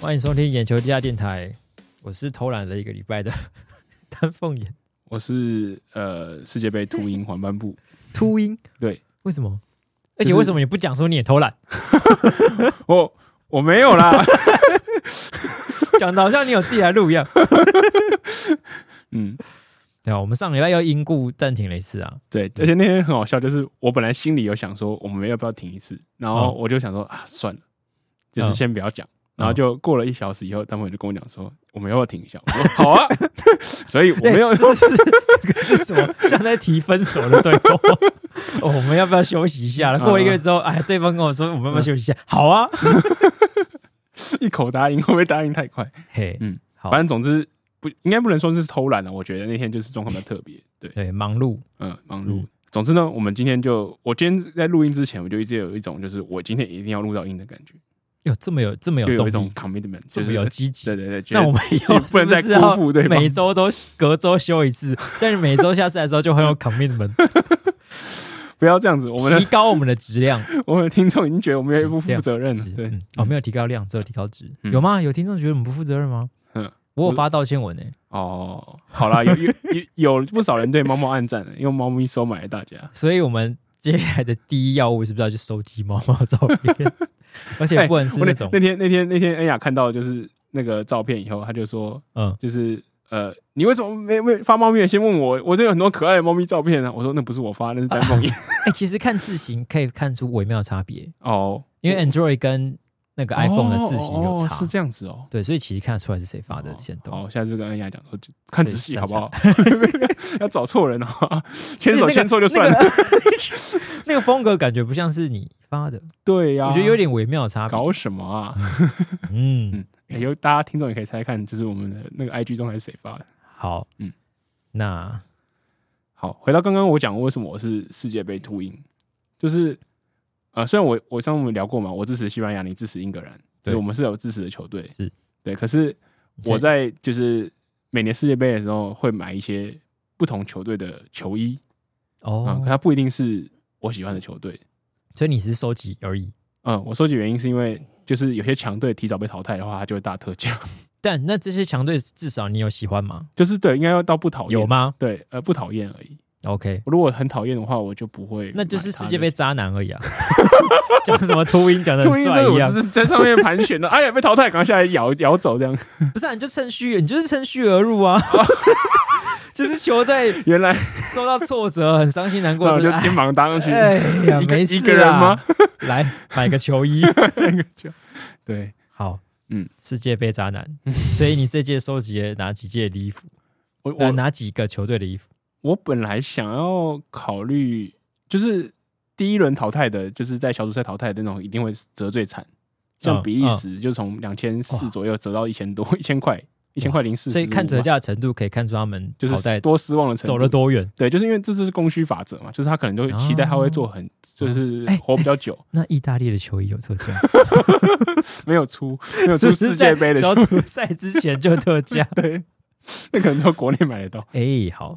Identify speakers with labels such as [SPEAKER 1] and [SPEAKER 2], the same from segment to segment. [SPEAKER 1] 欢迎收听眼球地下电台，我是偷懒了一个礼拜的 丹凤眼
[SPEAKER 2] 我是呃世界杯秃鹰环班 部，
[SPEAKER 1] 秃鹰。
[SPEAKER 2] 对，
[SPEAKER 1] 为什么？而
[SPEAKER 2] 就是
[SPEAKER 1] 且为什么你不讲说你也偷懒，
[SPEAKER 2] 我我没有 啦，
[SPEAKER 1] 讲的好像你有自己来录一样？
[SPEAKER 2] 嗯，
[SPEAKER 1] 对啊，我们上礼拜要因故暂停了一次啊。
[SPEAKER 2] 对，而且那天很好笑，就是我本来心里有想说我们要不要停一次，然后我就想说啊算了，就是
[SPEAKER 1] 嗯
[SPEAKER 2] 先不要讲，然后就过了一小时以后，他们就跟我讲说我们要不要停一下，我 说好啊，所以我没有
[SPEAKER 1] 哎， 这是这个是什么？像在提分手的对话。 哦，我们要不要休息一下了？过一个月之后，哎，对方跟我说我们要不要休息一下？好 啊，
[SPEAKER 2] 一口答应，会不会答应太快？
[SPEAKER 1] 嘿，
[SPEAKER 2] 嗯
[SPEAKER 1] 好
[SPEAKER 2] 反，正总之不应该不能说是偷懒了、啊我觉得那天就是状况比较特别，对，
[SPEAKER 1] 对，忙碌，
[SPEAKER 2] 嗯，忙碌。
[SPEAKER 1] 嗯
[SPEAKER 2] 总之呢，我们今天就，我今天在录音之前，我就一直有一种就是我今天一定要录到音的感觉，
[SPEAKER 1] 哟，这么有这么
[SPEAKER 2] 就
[SPEAKER 1] 有
[SPEAKER 2] 有
[SPEAKER 1] 动
[SPEAKER 2] 一种
[SPEAKER 1] 力，
[SPEAKER 2] commitment，
[SPEAKER 1] 这
[SPEAKER 2] 就
[SPEAKER 1] 么
[SPEAKER 2] 是
[SPEAKER 1] 有积极，
[SPEAKER 2] 对对对，觉
[SPEAKER 1] 那
[SPEAKER 2] 得
[SPEAKER 1] 我们以后
[SPEAKER 2] 自己不能再
[SPEAKER 1] 是是要
[SPEAKER 2] 辜负对方
[SPEAKER 1] 每周都隔周休一次，这样每周下次来的时候就很 有 commitment，
[SPEAKER 2] 不要这样子，我们
[SPEAKER 1] 提
[SPEAKER 2] 的
[SPEAKER 1] 高我们的质量。
[SPEAKER 2] 我们的听众已经觉得我们有点不
[SPEAKER 1] 这
[SPEAKER 2] 负
[SPEAKER 1] 样
[SPEAKER 2] 责任了
[SPEAKER 1] 质，
[SPEAKER 2] 对
[SPEAKER 1] 嗯，哦，没有提高量，只有提高质，
[SPEAKER 2] 嗯
[SPEAKER 1] 有吗？有听众觉得我们不负责任吗？
[SPEAKER 2] 嗯
[SPEAKER 1] 我有发道歉文欸诶，
[SPEAKER 2] 哦，好啦，有有有有不少人对猫猫暗赞了，因为猫咪收买了大家，
[SPEAKER 1] 所以我们接下来的第一要务是不是要去收集猫猫照 片？而且不能是
[SPEAKER 2] 哎我
[SPEAKER 1] 那
[SPEAKER 2] 那
[SPEAKER 1] 种
[SPEAKER 2] 那天那天那天恩雅看到就是那个照片以后，她就说，
[SPEAKER 1] 嗯，
[SPEAKER 2] 就是呃，你为什么没没发猫咪的？先问我，我这有很多可爱的猫咪照片啊。我说那不是我发，那是丹凤眼。
[SPEAKER 1] 哎，其实看字型可以看出微妙的差别，
[SPEAKER 2] 哦，
[SPEAKER 1] 因为 Android 跟那个 iPhone 的字型有
[SPEAKER 2] 哦哦
[SPEAKER 1] 差
[SPEAKER 2] 是，这样哦子哦。
[SPEAKER 1] 对，所以其实看得出来是谁发的先动。
[SPEAKER 2] 好，下次跟恩雅讲说，就看仔细
[SPEAKER 1] 对
[SPEAKER 2] 好不好？ 要找错人哦，牵手
[SPEAKER 1] 那个
[SPEAKER 2] 牵错就算了。
[SPEAKER 1] 那个风格感觉不像是你发的，
[SPEAKER 2] 对呀、
[SPEAKER 1] 我觉得有点微妙的差别。
[SPEAKER 2] 搞什么啊？
[SPEAKER 1] 嗯，
[SPEAKER 2] 嗯，哎有大家听众也可以猜猜看，就是我们的那个 IG 中还是谁发的？
[SPEAKER 1] 好，嗯
[SPEAKER 2] 嗯，
[SPEAKER 1] 那
[SPEAKER 2] 好，回到刚刚我讲为什么我是世界杯秃鹰，就是呃，虽然我我上次我们聊过嘛，我支持西班牙，你支持英格兰，
[SPEAKER 1] 对
[SPEAKER 2] 对，我们是有支持的球队，
[SPEAKER 1] 是
[SPEAKER 2] 对，可是我
[SPEAKER 1] 在
[SPEAKER 2] 在就是每年世界杯的时候会买一些不同球队的球衣啊、嗯
[SPEAKER 1] 哦，
[SPEAKER 2] 可它不一定是我喜欢的球队。
[SPEAKER 1] 所以你只是收集而已。
[SPEAKER 2] 嗯，我收集原因是因为就是有些强队提早被淘汰的话，它就会大特价，
[SPEAKER 1] 但那这些强队至少你有喜欢吗？
[SPEAKER 2] 就是对，应该要到不讨厌
[SPEAKER 1] 有？吗
[SPEAKER 2] 对，呃，不讨厌而已。
[SPEAKER 1] ？OK，
[SPEAKER 2] 如果很讨厌的话，我就不会买它。
[SPEAKER 1] 那就是世界杯渣男而已啊。 讲什么秃鹰讲的
[SPEAKER 2] 秃
[SPEAKER 1] 很
[SPEAKER 2] 鹰这
[SPEAKER 1] 帅
[SPEAKER 2] 个
[SPEAKER 1] 一
[SPEAKER 2] 我
[SPEAKER 1] 样
[SPEAKER 2] 只，是在上面盘旋的， 哎呀，被淘汰，赶快下来咬咬走这样。
[SPEAKER 1] 不是、啊、你就趁虚，你就是趁虚而入 啊。就是球队
[SPEAKER 2] 原来
[SPEAKER 1] 受到挫折，很伤心难
[SPEAKER 2] 那
[SPEAKER 1] 过，
[SPEAKER 2] 我
[SPEAKER 1] 就
[SPEAKER 2] 就是
[SPEAKER 1] 哎
[SPEAKER 2] 肩膀搭上去，
[SPEAKER 1] 哎 呀，
[SPEAKER 2] 一个
[SPEAKER 1] 没事
[SPEAKER 2] 一个人
[SPEAKER 1] 啦
[SPEAKER 2] 吗？
[SPEAKER 1] 来买个球 衣，
[SPEAKER 2] 对，
[SPEAKER 1] 好，嗯
[SPEAKER 2] 嗯，
[SPEAKER 1] 世界杯渣 男，所以你这届收集了哪几届的衣服？
[SPEAKER 2] 我
[SPEAKER 1] 呃，
[SPEAKER 2] 我
[SPEAKER 1] 哪几个球队的衣服？
[SPEAKER 2] 我本来想要考虑，就是第一轮淘汰的，就是在小组赛淘汰的那种，一定会折最惨。像比利时就从两千四
[SPEAKER 1] 嗯哇
[SPEAKER 2] 左右折到一千多，一千块，一千块零四，
[SPEAKER 1] 所以看折
[SPEAKER 2] 价
[SPEAKER 1] 价的程度可以看出他们
[SPEAKER 2] 就
[SPEAKER 1] 淘
[SPEAKER 2] 是
[SPEAKER 1] 汰
[SPEAKER 2] 多失望的程度
[SPEAKER 1] 走了。多远。
[SPEAKER 2] 对，就是因为这就是供需法则嘛，就是他可能就会期待他会做很，就是
[SPEAKER 1] 哦哎
[SPEAKER 2] 活比较久，
[SPEAKER 1] 那意大利的球衣有特 价，
[SPEAKER 2] 没有出没有
[SPEAKER 1] 就
[SPEAKER 2] 出
[SPEAKER 1] 是
[SPEAKER 2] 世界杯
[SPEAKER 1] 在
[SPEAKER 2] 的。
[SPEAKER 1] 小组赛之前就特价
[SPEAKER 2] 对，那可能只有国内买得到。
[SPEAKER 1] 哎，好，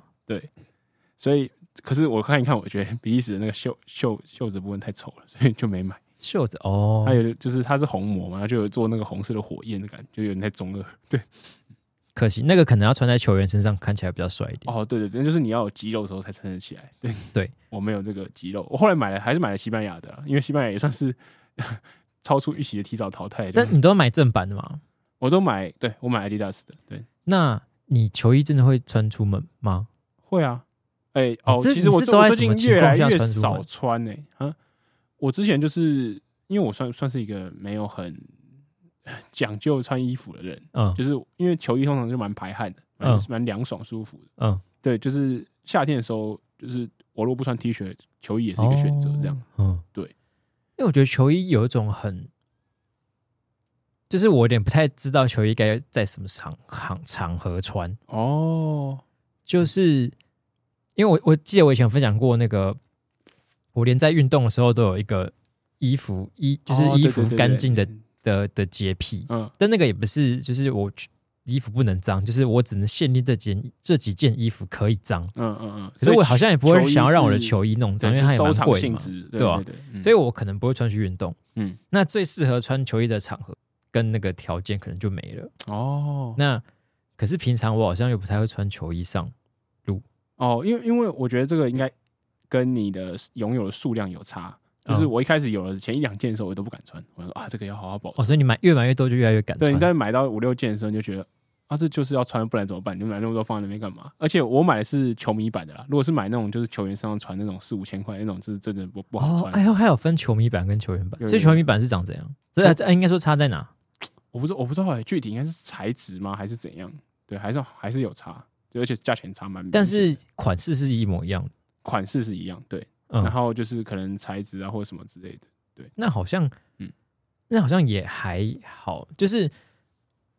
[SPEAKER 2] 所以，可是我看一看，我觉得比利时的那个袖袖袖子部分太丑了，所以就没买。
[SPEAKER 1] 袖子哦
[SPEAKER 2] 还，有就是它是红膜嘛，然后就有做那个红色的火焰的感觉，就有点太中二。对，
[SPEAKER 1] 可惜那个可能要穿在球员身上，看起来比较帅一点。
[SPEAKER 2] 哦，对对对，就是你要有肌肉的时候才撑得起来。对
[SPEAKER 1] 对，
[SPEAKER 2] 我没有这个肌肉，我后来买了还是买了西班牙的啦，因为西班牙也算是 超出预期的提早淘汰。
[SPEAKER 1] 但
[SPEAKER 2] 但
[SPEAKER 1] 你都买正版的嘛？
[SPEAKER 2] 我都买，对我买 Adidas 的，对，
[SPEAKER 1] 那你球衣真的会穿出门吗？
[SPEAKER 2] 会啊，哎、
[SPEAKER 1] 你
[SPEAKER 2] 哦，
[SPEAKER 1] 这
[SPEAKER 2] 其实我
[SPEAKER 1] 你是
[SPEAKER 2] 最
[SPEAKER 1] 都在
[SPEAKER 2] 我
[SPEAKER 1] 什
[SPEAKER 2] 最
[SPEAKER 1] 么
[SPEAKER 2] 近
[SPEAKER 1] 情
[SPEAKER 2] 越
[SPEAKER 1] 况
[SPEAKER 2] 来
[SPEAKER 1] 下
[SPEAKER 2] 越
[SPEAKER 1] 穿出
[SPEAKER 2] 少
[SPEAKER 1] 门
[SPEAKER 2] 穿呢、啊，我之前就是因为我算算是一个没有很 讲究穿衣服的人，
[SPEAKER 1] 嗯
[SPEAKER 2] 就是因为球衣通常就蛮排汗的，蛮
[SPEAKER 1] 嗯
[SPEAKER 2] 蛮凉爽舒服的。
[SPEAKER 1] 嗯，
[SPEAKER 2] 对，就是夏天的时候，就是我如果不穿 T 恤，球衣也是一个选择，这样。
[SPEAKER 1] 哦。嗯，
[SPEAKER 2] 对，
[SPEAKER 1] 因为我觉得球衣有一种很，就是我有点不太知道球衣该在什么场场场合穿，
[SPEAKER 2] 哦，
[SPEAKER 1] 就是因为我我记得我以前有分享过那个，我连在运动的时候都有一个衣服衣就是
[SPEAKER 2] 哦
[SPEAKER 1] 衣
[SPEAKER 2] 对对
[SPEAKER 1] 服
[SPEAKER 2] 对
[SPEAKER 1] 干
[SPEAKER 2] 对
[SPEAKER 1] 净的的的洁癖，
[SPEAKER 2] 嗯，
[SPEAKER 1] 但那个也不是就是我去衣服不能脏，就是我只能限定这件这几件衣服可以脏。
[SPEAKER 2] 嗯嗯嗯。
[SPEAKER 1] 可是我好像也不会
[SPEAKER 2] 球衣
[SPEAKER 1] 想要让我的
[SPEAKER 2] 是
[SPEAKER 1] 球衣弄脏，
[SPEAKER 2] 对
[SPEAKER 1] 因为它
[SPEAKER 2] 是
[SPEAKER 1] 也
[SPEAKER 2] 收
[SPEAKER 1] 蛮
[SPEAKER 2] 藏
[SPEAKER 1] 贵
[SPEAKER 2] 性
[SPEAKER 1] 嘛。
[SPEAKER 2] 质，
[SPEAKER 1] 对
[SPEAKER 2] 对嗯
[SPEAKER 1] 啊
[SPEAKER 2] 对对。
[SPEAKER 1] 所以
[SPEAKER 2] 以
[SPEAKER 1] 我可能不会穿去运动。
[SPEAKER 2] 嗯，
[SPEAKER 1] 那最适合穿球衣的场合，跟那个条件可能就没了。
[SPEAKER 2] 哦
[SPEAKER 1] 那可是平常我好像又不太会穿球衣上，
[SPEAKER 2] 哦，因为因为我觉得这个应该跟你的拥有的数量有差。就是
[SPEAKER 1] 嗯
[SPEAKER 2] 我一开始有了前一两件的时候，我都不敢穿，我想说啊，这个要好好保
[SPEAKER 1] 哦，
[SPEAKER 2] 存。
[SPEAKER 1] 所以你买越买越多就越来越敢
[SPEAKER 2] 对，
[SPEAKER 1] 穿
[SPEAKER 2] 你。在买到五六件的时候，你就觉得啊，这就是要穿，不然怎么办？你买那么多放在那边干嘛？而且我买的是球迷版的啦，如果是买那种就是球员身上穿那种四五千块那种，就是真的不不好
[SPEAKER 1] 哦，
[SPEAKER 2] 穿。
[SPEAKER 1] 哎呦，还有分球迷版跟球员版，
[SPEAKER 2] 有
[SPEAKER 1] 所以
[SPEAKER 2] 有
[SPEAKER 1] 球迷版是长怎样？这这应该说差在哪？
[SPEAKER 2] 我不知道，我不知道、欸、具体应该是材质吗，还是怎样？对，还是还是有差，对而且价钱差蛮明显的。
[SPEAKER 1] 但是款式是一模一样的。
[SPEAKER 2] 款式是一样，对，然
[SPEAKER 1] 嗯，
[SPEAKER 2] 后就是可能材质啊或者什么之类的。
[SPEAKER 1] 那好像，
[SPEAKER 2] 嗯
[SPEAKER 1] 那好像也还好，就是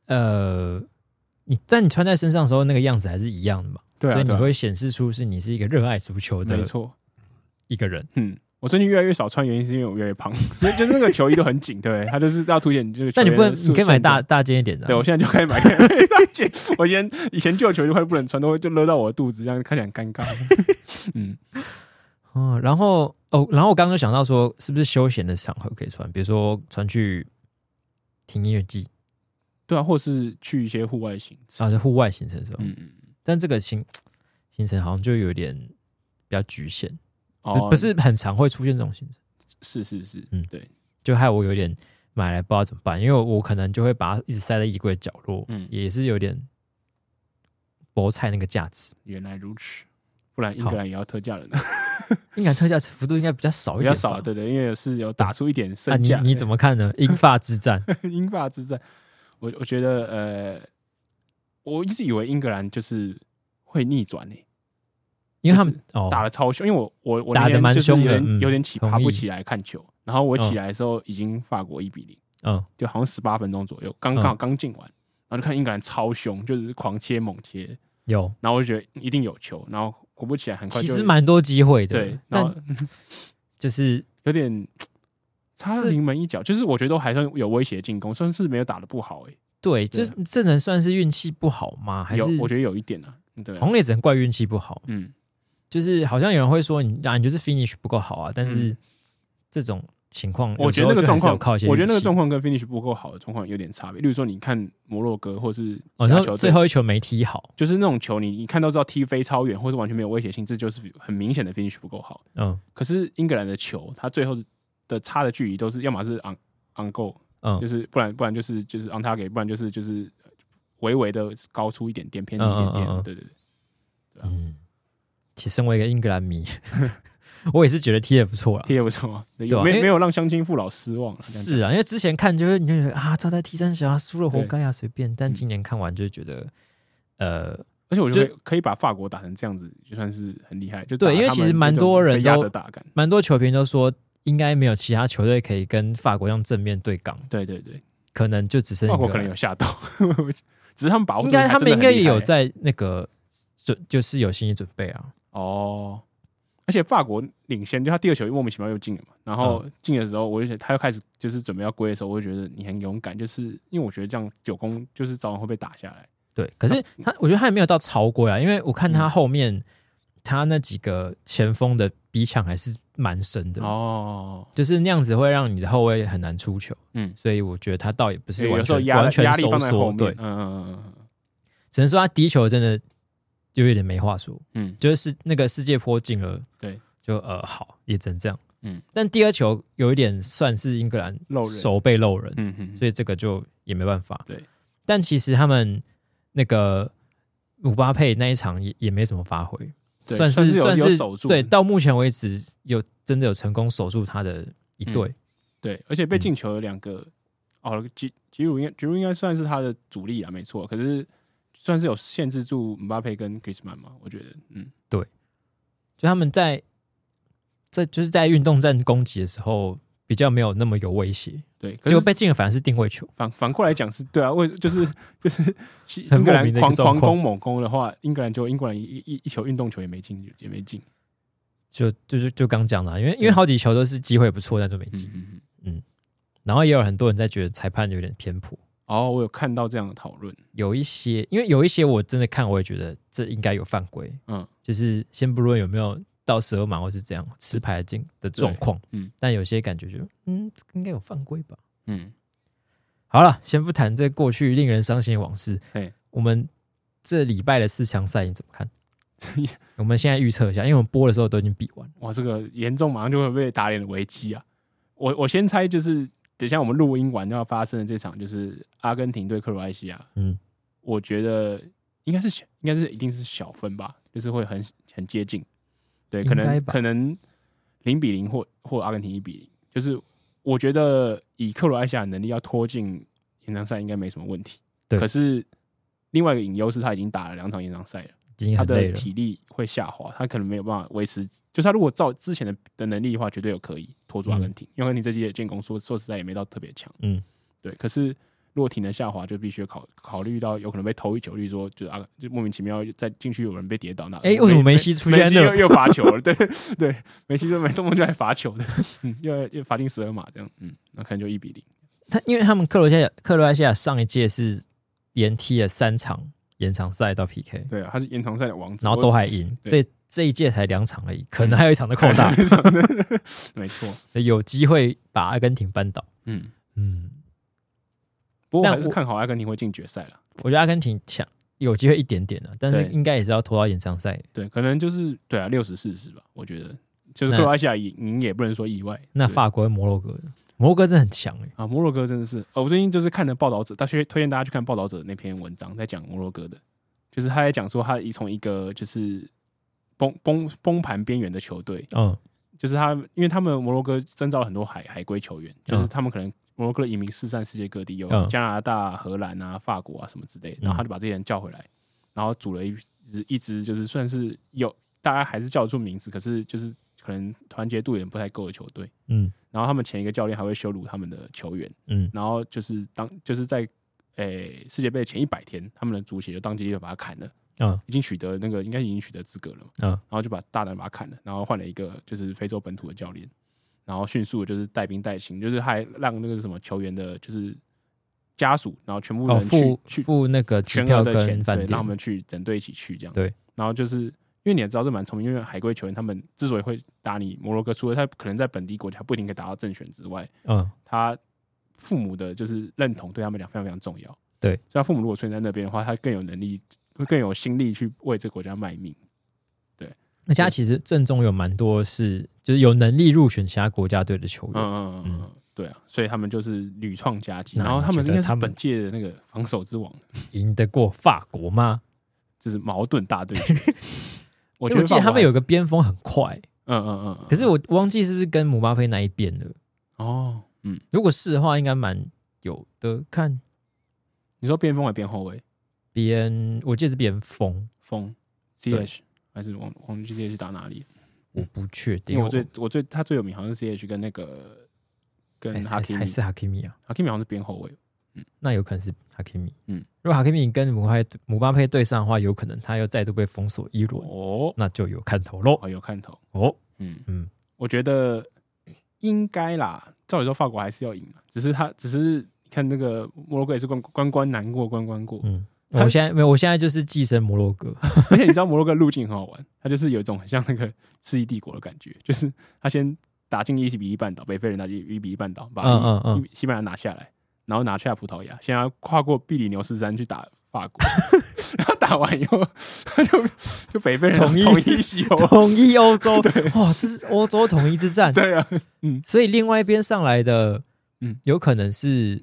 [SPEAKER 1] 呃，你但你穿在身上的时候，那个样子还是一样的嘛，
[SPEAKER 2] 对
[SPEAKER 1] 所
[SPEAKER 2] 啊，
[SPEAKER 1] 以你
[SPEAKER 2] 对啊
[SPEAKER 1] 会显示出是你是一个热爱足球
[SPEAKER 2] 没
[SPEAKER 1] 的
[SPEAKER 2] 错，
[SPEAKER 1] 一个人。
[SPEAKER 2] 嗯。我最近越来越少穿，原因是因为我越来越胖， 所以就是那个球衣都很紧，对不对？它就是要凸显这个球
[SPEAKER 1] 但
[SPEAKER 2] 员
[SPEAKER 1] 你
[SPEAKER 2] 的
[SPEAKER 1] 不能，
[SPEAKER 2] 塑
[SPEAKER 1] 你可以买
[SPEAKER 2] 身
[SPEAKER 1] 大
[SPEAKER 2] 段
[SPEAKER 1] 大件一点的啊、
[SPEAKER 2] 对，我现在就开始买 大件。我以前以前旧球衣都快不能穿，都会就勒到我的肚子，这样看起来很尴尬。 嗯，
[SPEAKER 1] 嗯，然后哦，然后我刚刚就想到说，是不是休闲的场合可以穿？比如说穿去听音乐季，
[SPEAKER 2] 对啊，或是去一些户外行程。
[SPEAKER 1] 啊，就户外行程的时候，
[SPEAKER 2] 嗯嗯，嗯
[SPEAKER 1] 但这个行行程好像就有点比较局限，
[SPEAKER 2] 哦，
[SPEAKER 1] 不是很常会出现这种行程，
[SPEAKER 2] 是是是，
[SPEAKER 1] 嗯
[SPEAKER 2] 嗯，对，
[SPEAKER 1] 就害我有点买来不知道怎么办，因为我可能就会把它一直塞在衣柜的角落，
[SPEAKER 2] 嗯
[SPEAKER 1] 也是有点博菜那个价值。
[SPEAKER 2] 原来如此，不然英格兰也要特价了呢，
[SPEAKER 1] 应该特价幅度应该比较少一
[SPEAKER 2] 比
[SPEAKER 1] 点吧，
[SPEAKER 2] 较少，对对，因为是有打出一点
[SPEAKER 1] 那、
[SPEAKER 2] 身
[SPEAKER 1] 你
[SPEAKER 2] 价。
[SPEAKER 1] 你怎么看呢？英法之 战，
[SPEAKER 2] 么英法之战？我我觉得呃，我一直以为英格兰就是会逆转诶，
[SPEAKER 1] 因为他们
[SPEAKER 2] 就
[SPEAKER 1] 哦，
[SPEAKER 2] 打的超凶，因为我我我
[SPEAKER 1] 打
[SPEAKER 2] 那
[SPEAKER 1] 得
[SPEAKER 2] 天
[SPEAKER 1] 蛮
[SPEAKER 2] 就是
[SPEAKER 1] 凶
[SPEAKER 2] 有
[SPEAKER 1] 的
[SPEAKER 2] 点
[SPEAKER 1] 嗯
[SPEAKER 2] 有点起
[SPEAKER 1] 同
[SPEAKER 2] 爬不
[SPEAKER 1] 意
[SPEAKER 2] 起来看球，然后我
[SPEAKER 1] 嗯
[SPEAKER 2] 起来的时候已经法国一比零。
[SPEAKER 1] 嗯
[SPEAKER 2] 就好像十八分钟左右，刚
[SPEAKER 1] 嗯
[SPEAKER 2] 刚好刚进完，然后就看英格兰超凶，就是狂切猛切，
[SPEAKER 1] 有，
[SPEAKER 2] 然后我就觉得一定有球，然后果不其然，很快
[SPEAKER 1] 其
[SPEAKER 2] 就
[SPEAKER 1] 实蛮多机会的，
[SPEAKER 2] 对，然后
[SPEAKER 1] 但就是
[SPEAKER 2] 有点差了
[SPEAKER 1] 是
[SPEAKER 2] 临门一脚，就是我觉得还算有威胁进攻，算是没有打的不好欸诶、
[SPEAKER 1] 对，
[SPEAKER 2] 对
[SPEAKER 1] 这这能算是运气不好吗？还是
[SPEAKER 2] 有我觉得有一点啊，对啊，
[SPEAKER 1] 红也只能怪运气不好，
[SPEAKER 2] 嗯，
[SPEAKER 1] 就是好像有人会说你啊，你就是 finish 不够好啊，但是
[SPEAKER 2] 嗯
[SPEAKER 1] 这种情况，
[SPEAKER 2] 我觉得那个状况，
[SPEAKER 1] 靠一些运气，
[SPEAKER 2] 我觉得那个状况跟 finish 不够好的状况有点差别，例如说你看摩洛哥或是
[SPEAKER 1] 好
[SPEAKER 2] 其他
[SPEAKER 1] 像、
[SPEAKER 2] 球队
[SPEAKER 1] 哦最。后一球没踢好，
[SPEAKER 2] 就是那种球你，你看到知道踢飞超远，或是完全没有威胁性，这就是很明显的 finish 不够好。
[SPEAKER 1] 嗯
[SPEAKER 2] 可是英格兰的球，他最后的差的距离都是要么是 on on goal，
[SPEAKER 1] 嗯
[SPEAKER 2] 就是不然不然就是就是 on target，不然就是就是微微的高出一点点，偏离
[SPEAKER 1] 嗯
[SPEAKER 2] 一点点。
[SPEAKER 1] 嗯嗯嗯
[SPEAKER 2] 对对对，
[SPEAKER 1] 嗯。其实身为一个英格兰 迷，我也是觉得踢的不错了。
[SPEAKER 2] 踢也不错，对
[SPEAKER 1] 对啊因
[SPEAKER 2] 没
[SPEAKER 1] 为
[SPEAKER 2] 没有让乡亲父老失望。这样
[SPEAKER 1] 是啊，因为之前看就是你就觉得啊，照在踢三小啊，输了活
[SPEAKER 2] 对嗯
[SPEAKER 1] 该啊，随便。但今年看完就觉得，呃，
[SPEAKER 2] 而且我觉
[SPEAKER 1] 就
[SPEAKER 2] 得可以把法国打成这样子，就算是很厉害。就
[SPEAKER 1] 对
[SPEAKER 2] 打
[SPEAKER 1] 因为
[SPEAKER 2] 他们
[SPEAKER 1] 其实蛮
[SPEAKER 2] 那种
[SPEAKER 1] 多人
[SPEAKER 2] 被压
[SPEAKER 1] 都
[SPEAKER 2] 着打感。
[SPEAKER 1] 蛮多球评都说应该没有其他球队可以跟法国这样正面对刚，
[SPEAKER 2] 对对对，
[SPEAKER 1] 可能就只剩一
[SPEAKER 2] 法
[SPEAKER 1] 个
[SPEAKER 2] 国可能有吓到， 只是他们把握
[SPEAKER 1] 应
[SPEAKER 2] 住
[SPEAKER 1] 该
[SPEAKER 2] 哦还
[SPEAKER 1] 他
[SPEAKER 2] 真的很
[SPEAKER 1] 们应
[SPEAKER 2] 厉害。欸
[SPEAKER 1] 该也有在那个准，就是有心理准备啊。
[SPEAKER 2] 哦。而且法国领先，就他第二球莫名其妙又进了嘛。然后
[SPEAKER 1] 嗯
[SPEAKER 2] 进的时候，我就觉得他又开始就是准备要归的时候，我就觉得你很勇敢，就是因为我觉得这样九攻就是早晚会被打下来。
[SPEAKER 1] 对，可是他，我觉得他也没有到超过啊，因为我看
[SPEAKER 2] 嗯
[SPEAKER 1] 他后面、他那几个前锋的逼抢还是蛮深的，
[SPEAKER 2] 哦，
[SPEAKER 1] 就是那样子会让你的后卫很难出球。
[SPEAKER 2] 嗯，
[SPEAKER 1] 所以我觉得他倒也不是完
[SPEAKER 2] 有时候
[SPEAKER 1] 全
[SPEAKER 2] 压
[SPEAKER 1] 完全
[SPEAKER 2] 压力
[SPEAKER 1] 收
[SPEAKER 2] 放在后
[SPEAKER 1] 缩，
[SPEAKER 2] 面，
[SPEAKER 1] 对
[SPEAKER 2] 嗯，嗯嗯嗯
[SPEAKER 1] 只能说他第一球真的就有点没话说，
[SPEAKER 2] 嗯，
[SPEAKER 1] 就是那个世界坡进了，
[SPEAKER 2] 对，
[SPEAKER 1] 就呃好，也只能这样。
[SPEAKER 2] 嗯，
[SPEAKER 1] 但第二球有一点算是英格兰
[SPEAKER 2] 漏人
[SPEAKER 1] 手背漏人，
[SPEAKER 2] 嗯嗯，
[SPEAKER 1] 所以这个就也没办法。
[SPEAKER 2] 对，
[SPEAKER 1] 但其实他们那个姆巴佩那一场也也没什么发挥，
[SPEAKER 2] 对
[SPEAKER 1] 算
[SPEAKER 2] 算
[SPEAKER 1] 是
[SPEAKER 2] 是有
[SPEAKER 1] 算
[SPEAKER 2] 有守住
[SPEAKER 1] 对，到目前为止有真的有成功守住他的一
[SPEAKER 2] 嗯
[SPEAKER 1] 队，
[SPEAKER 2] 对，而且被进球有两个，
[SPEAKER 1] 嗯
[SPEAKER 2] 哦，吉吉鲁应该吉鲁应该算是他的主力啊，没错。可是算是有限制住姆巴佩跟 Griezmann 嘛，我觉得，嗯，
[SPEAKER 1] 就他们在在就是在运动战攻击的时候比较没有那么有威胁，
[SPEAKER 2] 对。可
[SPEAKER 1] 结果
[SPEAKER 2] 是
[SPEAKER 1] 被进了反而是定位球，
[SPEAKER 2] 反反过来讲是对啊，为 就是就是其
[SPEAKER 1] 很
[SPEAKER 2] 英格
[SPEAKER 1] 莫
[SPEAKER 2] 兰
[SPEAKER 1] 名的一个
[SPEAKER 2] 狂
[SPEAKER 1] 状
[SPEAKER 2] 狂
[SPEAKER 1] 况
[SPEAKER 2] 攻猛攻的话，英格兰就英格兰一一一球运动球也没进，也没进。
[SPEAKER 1] 就就是就刚讲啊了，因为因为
[SPEAKER 2] 对
[SPEAKER 1] 好几球都是机会不错但就没进，
[SPEAKER 2] 嗯嗯嗯。
[SPEAKER 1] 然后也有很多人在觉得裁判有点偏颇。
[SPEAKER 2] 哦，我有看到这样的讨论，
[SPEAKER 1] 有一些，因为有一些我真的看，我也觉得这应该有犯规。
[SPEAKER 2] 嗯，
[SPEAKER 1] 就是先不论有没有到十二码或是这样持牌进的状况，
[SPEAKER 2] 嗯，
[SPEAKER 1] 但有些感觉就嗯应该有犯规吧。
[SPEAKER 2] 嗯，
[SPEAKER 1] 好了，先不谈这过去令人伤心的往事
[SPEAKER 2] 嘿。
[SPEAKER 1] 我们这礼拜的四强赛你怎么看？我们现在预测一下，因为我们播的时候都已经比完了。
[SPEAKER 2] 哇，这个严重马上就会被打脸的危机啊！我我先猜就是，等一下我们录音完就要发生的这场就是阿根廷对克罗埃西亚，
[SPEAKER 1] 嗯，
[SPEAKER 2] 我觉得应该是小应该是一定是小分吧，就是会很很接近，对，可
[SPEAKER 1] 应该
[SPEAKER 2] 能
[SPEAKER 1] 吧
[SPEAKER 2] 可能零比零或或阿根廷一比零，就是我觉得以克罗埃西亚的能力要拖进延长赛应该没什么问题，
[SPEAKER 1] 对
[SPEAKER 2] 可是另外一个隐忧是他已经打了两场延长赛了。
[SPEAKER 1] 已经
[SPEAKER 2] 他
[SPEAKER 1] 很累
[SPEAKER 2] 的
[SPEAKER 1] 了。
[SPEAKER 2] 体力会下滑，他可能没有办法维持，就是他如果照之前的的能力的话，绝对有可以拖住阿根廷，因为阿根廷这届的建功说说实在也没到特别强，
[SPEAKER 1] 嗯，
[SPEAKER 2] 对。可是如果体能下滑，就必须考考虑到有可能被投一球率说，就是阿就莫名其妙在禁区有人被跌倒那，
[SPEAKER 1] 哎为什么梅西出现
[SPEAKER 2] 梅西
[SPEAKER 1] 在那
[SPEAKER 2] 又又罚球了？对 对，梅西就没动不动就来罚球的，嗯，又又罚进十二码这样，嗯，那可能就一比零。
[SPEAKER 1] 他因为他们克罗西亚克罗埃西亚上一届是连踢了三场延长赛到 PK，
[SPEAKER 2] 对啊，他是延长赛的王者，
[SPEAKER 1] 然后都还赢，
[SPEAKER 2] 对
[SPEAKER 1] 所以这一届才两场而已，可能还有一场的扩大，
[SPEAKER 2] 没错，
[SPEAKER 1] 有机会把阿根廷扳倒。
[SPEAKER 2] 嗯。
[SPEAKER 1] 嗯，
[SPEAKER 2] 不过
[SPEAKER 1] 但
[SPEAKER 2] 还是
[SPEAKER 1] 我
[SPEAKER 2] 看好阿根廷会进决赛了。
[SPEAKER 1] 我觉得阿根廷强有机会一点点的，但是
[SPEAKER 2] 对
[SPEAKER 1] 应该也是要拖到延长赛。
[SPEAKER 2] 对，可能就是对啊，六十四十吧，我觉得就是
[SPEAKER 1] 那
[SPEAKER 2] 克罗埃西亚赢，赢也不能说意外。
[SPEAKER 1] 那
[SPEAKER 2] 对
[SPEAKER 1] 法国跟摩洛哥呢，摩洛哥真的很强哎、
[SPEAKER 2] 啊，摩洛哥真的是，呃，我最近就是看了报道者，大学推荐大家去看报道者那篇文章，在讲摩洛哥的，就是他在讲说他一从一个就是崩崩崩盘边缘的球队，
[SPEAKER 1] 嗯，
[SPEAKER 2] 就是他，因为他们摩洛哥征召了很多海海归球员，就是
[SPEAKER 1] 嗯
[SPEAKER 2] 他们可能摩洛哥的移民四散世界各地，有
[SPEAKER 1] 嗯
[SPEAKER 2] 加拿大、荷兰啊、法国啊什么之类的，然后他就把这些人叫回来，然后组了一支一支，就是算是有大家还是叫得出名字，可是就是可能团结度有点不太够的球队。
[SPEAKER 1] 嗯
[SPEAKER 2] 然后他们前一个教练还会羞辱他们的球员，
[SPEAKER 1] 嗯，
[SPEAKER 2] 然后就是当就是在诶、世界杯前一百天，他们的足协就当机立断把他砍了。
[SPEAKER 1] 嗯，
[SPEAKER 2] 已经取得那个应该已经取得资格了嘛，
[SPEAKER 1] 嗯
[SPEAKER 2] 然后就把大胆把他砍了，然后换了一个就是非洲本土的教练，然后迅速地就是带兵带薪，就是还让那个什么球员的就是家属，然后全部
[SPEAKER 1] 哦，
[SPEAKER 2] 人去、
[SPEAKER 1] 付
[SPEAKER 2] 去
[SPEAKER 1] 付那个支
[SPEAKER 2] 全
[SPEAKER 1] 票
[SPEAKER 2] 额的钱，
[SPEAKER 1] 跟
[SPEAKER 2] 对
[SPEAKER 1] 饭，
[SPEAKER 2] 让他
[SPEAKER 1] 店，
[SPEAKER 2] 们去整队一起去这样，
[SPEAKER 1] 对，
[SPEAKER 2] 然后就是。因为你也知道，这蛮聪明。因为海归球员他们之所以会打你摩洛哥，除了他可能在本地国家不一定可以达到正选之外，
[SPEAKER 1] 嗯，
[SPEAKER 2] 他父母的就是认同对他们俩非常非常重要。
[SPEAKER 1] 对
[SPEAKER 2] 所以他父母如果出现在那边的话，他更有能力，会更有心力去为这个国家卖命。
[SPEAKER 1] 而且他其实阵中有蛮多是就是有能力入选其他国家队的球
[SPEAKER 2] 嗯
[SPEAKER 1] 员，
[SPEAKER 2] 嗯嗯嗯，对啊，所以他们就是屡创佳绩。
[SPEAKER 1] 那
[SPEAKER 2] 然后他
[SPEAKER 1] 你
[SPEAKER 2] 们
[SPEAKER 1] 觉
[SPEAKER 2] 应
[SPEAKER 1] 得
[SPEAKER 2] 该是
[SPEAKER 1] 他们
[SPEAKER 2] 本届的那个防守之王，
[SPEAKER 1] 赢得过法国吗？
[SPEAKER 2] 就是矛盾大队形。
[SPEAKER 1] 我
[SPEAKER 2] 我觉得
[SPEAKER 1] 记得
[SPEAKER 2] 法国
[SPEAKER 1] 他们
[SPEAKER 2] 还
[SPEAKER 1] 有
[SPEAKER 2] 是
[SPEAKER 1] 个边锋很快，
[SPEAKER 2] 嗯嗯嗯嗯，
[SPEAKER 1] 可是我忘记是不是跟姆巴佩那一边了。
[SPEAKER 2] 哦，嗯，
[SPEAKER 1] 如果是的话，应该蛮有的。看
[SPEAKER 2] 你说边锋还是边后卫？
[SPEAKER 1] 边，我记得是边锋，
[SPEAKER 2] 锋 C
[SPEAKER 1] 对
[SPEAKER 2] H 还是王王俊杰去打哪里？
[SPEAKER 1] 我不确定。
[SPEAKER 2] 因为我最我最他最有名好像是 C H 跟那个
[SPEAKER 1] 还
[SPEAKER 2] 跟
[SPEAKER 1] 是
[SPEAKER 2] 哈
[SPEAKER 1] 还
[SPEAKER 2] 基
[SPEAKER 1] 是
[SPEAKER 2] 米，
[SPEAKER 1] 还是哈基米啊，
[SPEAKER 2] 哈基米好像是边后卫。
[SPEAKER 1] 那有可能是哈基米。
[SPEAKER 2] 嗯，
[SPEAKER 1] 如果哈基米跟姆巴佩姆巴佩对上的话，有可能他又再度被封锁一轮，
[SPEAKER 2] 哦，
[SPEAKER 1] 那就有看头喽。
[SPEAKER 2] 好有看头。
[SPEAKER 1] 哦，
[SPEAKER 2] 嗯
[SPEAKER 1] 嗯
[SPEAKER 2] 嗯，我觉得应该啦。照理说，法国还是要赢啊，只是他只是看那个摩洛哥也是关关关难过关关过，
[SPEAKER 1] 嗯，
[SPEAKER 2] 他
[SPEAKER 1] 我现在没有，我现在就是寄生摩洛哥。
[SPEAKER 2] 而且你知道摩洛哥路径很好玩，它就是有一种很像那个世纪帝国的感觉，就是他先打进伊西比利半岛，北非人打进伊比利半岛，把
[SPEAKER 1] 嗯嗯嗯
[SPEAKER 2] 西西班牙拿下来，然后拿下葡萄牙，现在要跨过比利牛斯山去打。法 国，然后打完以后，他就就北非人
[SPEAKER 1] 统一
[SPEAKER 2] 统一西欧，
[SPEAKER 1] 统一欧 洲，哇，这是欧洲统一之战。
[SPEAKER 2] 对啊，
[SPEAKER 1] 所以另外一边上来的，嗯
[SPEAKER 2] 嗯，
[SPEAKER 1] 有可能 是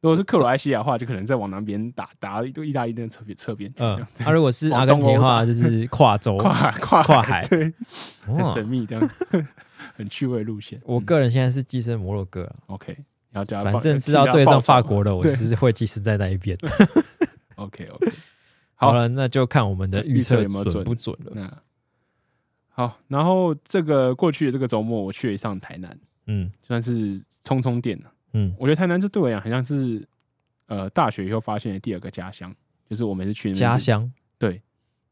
[SPEAKER 2] 如果是克罗埃西亚的话，就可能再往南边打，打到意大利那侧边侧边去，这
[SPEAKER 1] 嗯
[SPEAKER 2] 样，
[SPEAKER 1] 啊，如果是阿根廷的话， 就是跨州。
[SPEAKER 2] 跨 海跨
[SPEAKER 1] 跨海
[SPEAKER 2] 海， 对，
[SPEAKER 1] 哇
[SPEAKER 2] 很神嗯秘，这样 很趣味路线。
[SPEAKER 1] 我个人现在是寄生摩洛哥啊，
[SPEAKER 2] 嗯 OK，然后叫他报
[SPEAKER 1] 反正知道对上法。
[SPEAKER 2] 替
[SPEAKER 1] 国了，我
[SPEAKER 2] 对
[SPEAKER 1] 就是会寄生在那一边。
[SPEAKER 2] 他报仇 OK OK，好
[SPEAKER 1] 好了，那就看我们的预测
[SPEAKER 2] 预测有没有
[SPEAKER 1] 准
[SPEAKER 2] 准
[SPEAKER 1] 不准了。
[SPEAKER 2] 那好，然后这个过去的这个周末，我去了一趟台南，
[SPEAKER 1] 嗯
[SPEAKER 2] 算是充充电了。
[SPEAKER 1] 嗯，
[SPEAKER 2] 啊我觉得台南这对我来讲，很像是呃大学以后发现的第二个家乡，就是我每次去那边
[SPEAKER 1] 家，乡，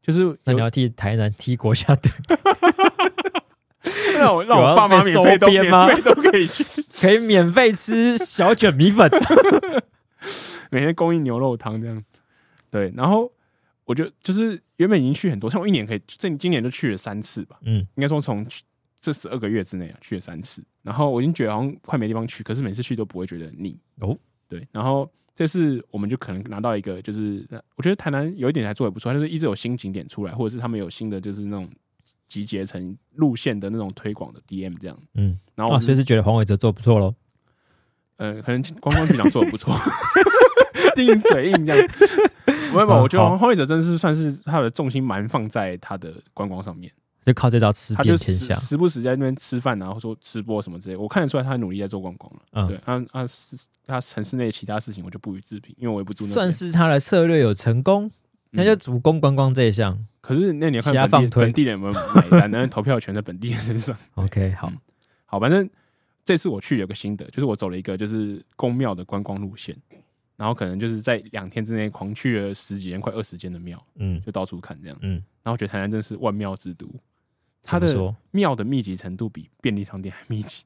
[SPEAKER 2] 就是
[SPEAKER 1] 那你
[SPEAKER 2] 有
[SPEAKER 1] 要替台南踢国家队，
[SPEAKER 2] 让我让
[SPEAKER 1] 有要
[SPEAKER 2] 我爸妈
[SPEAKER 1] 被
[SPEAKER 2] 免费都
[SPEAKER 1] 收编吗
[SPEAKER 2] 免费都可以去，
[SPEAKER 1] 可以免费吃小卷米 粉。
[SPEAKER 2] 每天供应牛肉汤这样。对，然后我就就是原本已经去很多，像我一年可以，这今年就去了三次吧，
[SPEAKER 1] 嗯
[SPEAKER 2] 应该说从去这十二个月之内啊去了三次，然后我已经觉得好像快没地方去，可是每次去都不会觉得腻
[SPEAKER 1] 哦。
[SPEAKER 2] 对，然后这次我们就可能拿到一个，就是呃我觉得台南有一点还做的不错，它就是一直有新景点出来，或者是他们有新的就是那种集结成路线的那种推广的 DM 这样。
[SPEAKER 1] 嗯，
[SPEAKER 2] 然后我
[SPEAKER 1] 啊，
[SPEAKER 2] 们
[SPEAKER 1] 所以是觉得黄伟哲做得不错喽。
[SPEAKER 2] 呃，可能观光局长做的不错， 硬嘴硬这样。没有，没有我觉得
[SPEAKER 1] 好
[SPEAKER 2] 黄黄伟哲真的是算是他的重心蛮放在他的观光上面，
[SPEAKER 1] 就靠这招吃
[SPEAKER 2] 他
[SPEAKER 1] 遍
[SPEAKER 2] 就
[SPEAKER 1] 天
[SPEAKER 2] 时
[SPEAKER 1] 下，
[SPEAKER 2] 时不时在那边吃饭，然后说吃播什么之类，我看得出来他努力在做观光了。
[SPEAKER 1] 嗯
[SPEAKER 2] 对，他他他城市内其他事情我就不予置评，因为我也不住那边。
[SPEAKER 1] 算是他的策略有成功，那就
[SPEAKER 2] 嗯
[SPEAKER 1] 主攻观光这一项。
[SPEAKER 2] 可是那你要看
[SPEAKER 1] 其他
[SPEAKER 2] 本地
[SPEAKER 1] 放推
[SPEAKER 2] 本地人有没有买单，然后投票权在本地人身上。
[SPEAKER 1] OK，好
[SPEAKER 2] 嗯，好，反正这次我去有个心得，就是我走了一个就是宫庙的观光路线，然后可能就是在两天之内狂去了十几间、快二十间的庙，
[SPEAKER 1] 嗯
[SPEAKER 2] 就到处看这样。
[SPEAKER 1] 嗯，
[SPEAKER 2] 然后我觉得台南真的是万庙之都，它
[SPEAKER 1] 怎么
[SPEAKER 2] 的
[SPEAKER 1] 说
[SPEAKER 2] 庙的密集程度比便利商店还密集。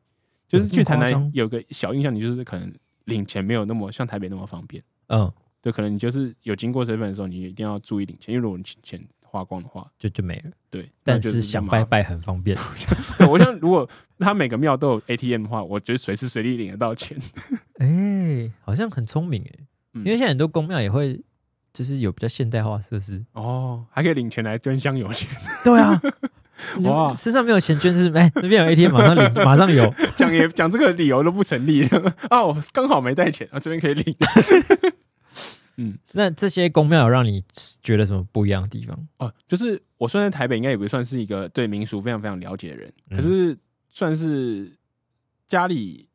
[SPEAKER 2] 就是
[SPEAKER 1] 有这
[SPEAKER 2] 去
[SPEAKER 1] 么
[SPEAKER 2] 台
[SPEAKER 1] 夸
[SPEAKER 2] 南
[SPEAKER 1] 张
[SPEAKER 2] 有个小印象，你就是可能领钱没有那么像台北那么方便，
[SPEAKER 1] 嗯，
[SPEAKER 2] 对，可能你就是有经过身份的时候，你一定要注意领钱，因为如果你钱花光的话，
[SPEAKER 1] 就就没了。
[SPEAKER 2] 对，那
[SPEAKER 1] 但
[SPEAKER 2] 就是比较
[SPEAKER 1] 想
[SPEAKER 2] 麻
[SPEAKER 1] 拜
[SPEAKER 2] 烦
[SPEAKER 1] 拜很方 便，
[SPEAKER 2] 对，我想如果他每个庙都有 ATM 的话，我觉得随时随地领得到钱。
[SPEAKER 1] 哎，好像很聪明哎，
[SPEAKER 2] 嗯
[SPEAKER 1] 因为现在很多宫庙也会就是有比较现代化设施。
[SPEAKER 2] 哦，还可以领钱来捐香油钱，
[SPEAKER 1] 对啊，
[SPEAKER 2] 哇
[SPEAKER 1] 哇，身上没有钱捐是哎，那边有 ATM 马上领，马上有，
[SPEAKER 2] 讲也讲这个理由都不成立 啊！我刚好没带钱啊，这边可以领。
[SPEAKER 1] 那这些宫庙有让你觉得什么不一样的地方？
[SPEAKER 2] 哦，就是我算在台北，应该也不算是一个对民俗非常非常了解的人，
[SPEAKER 1] 嗯
[SPEAKER 2] 可是算是家里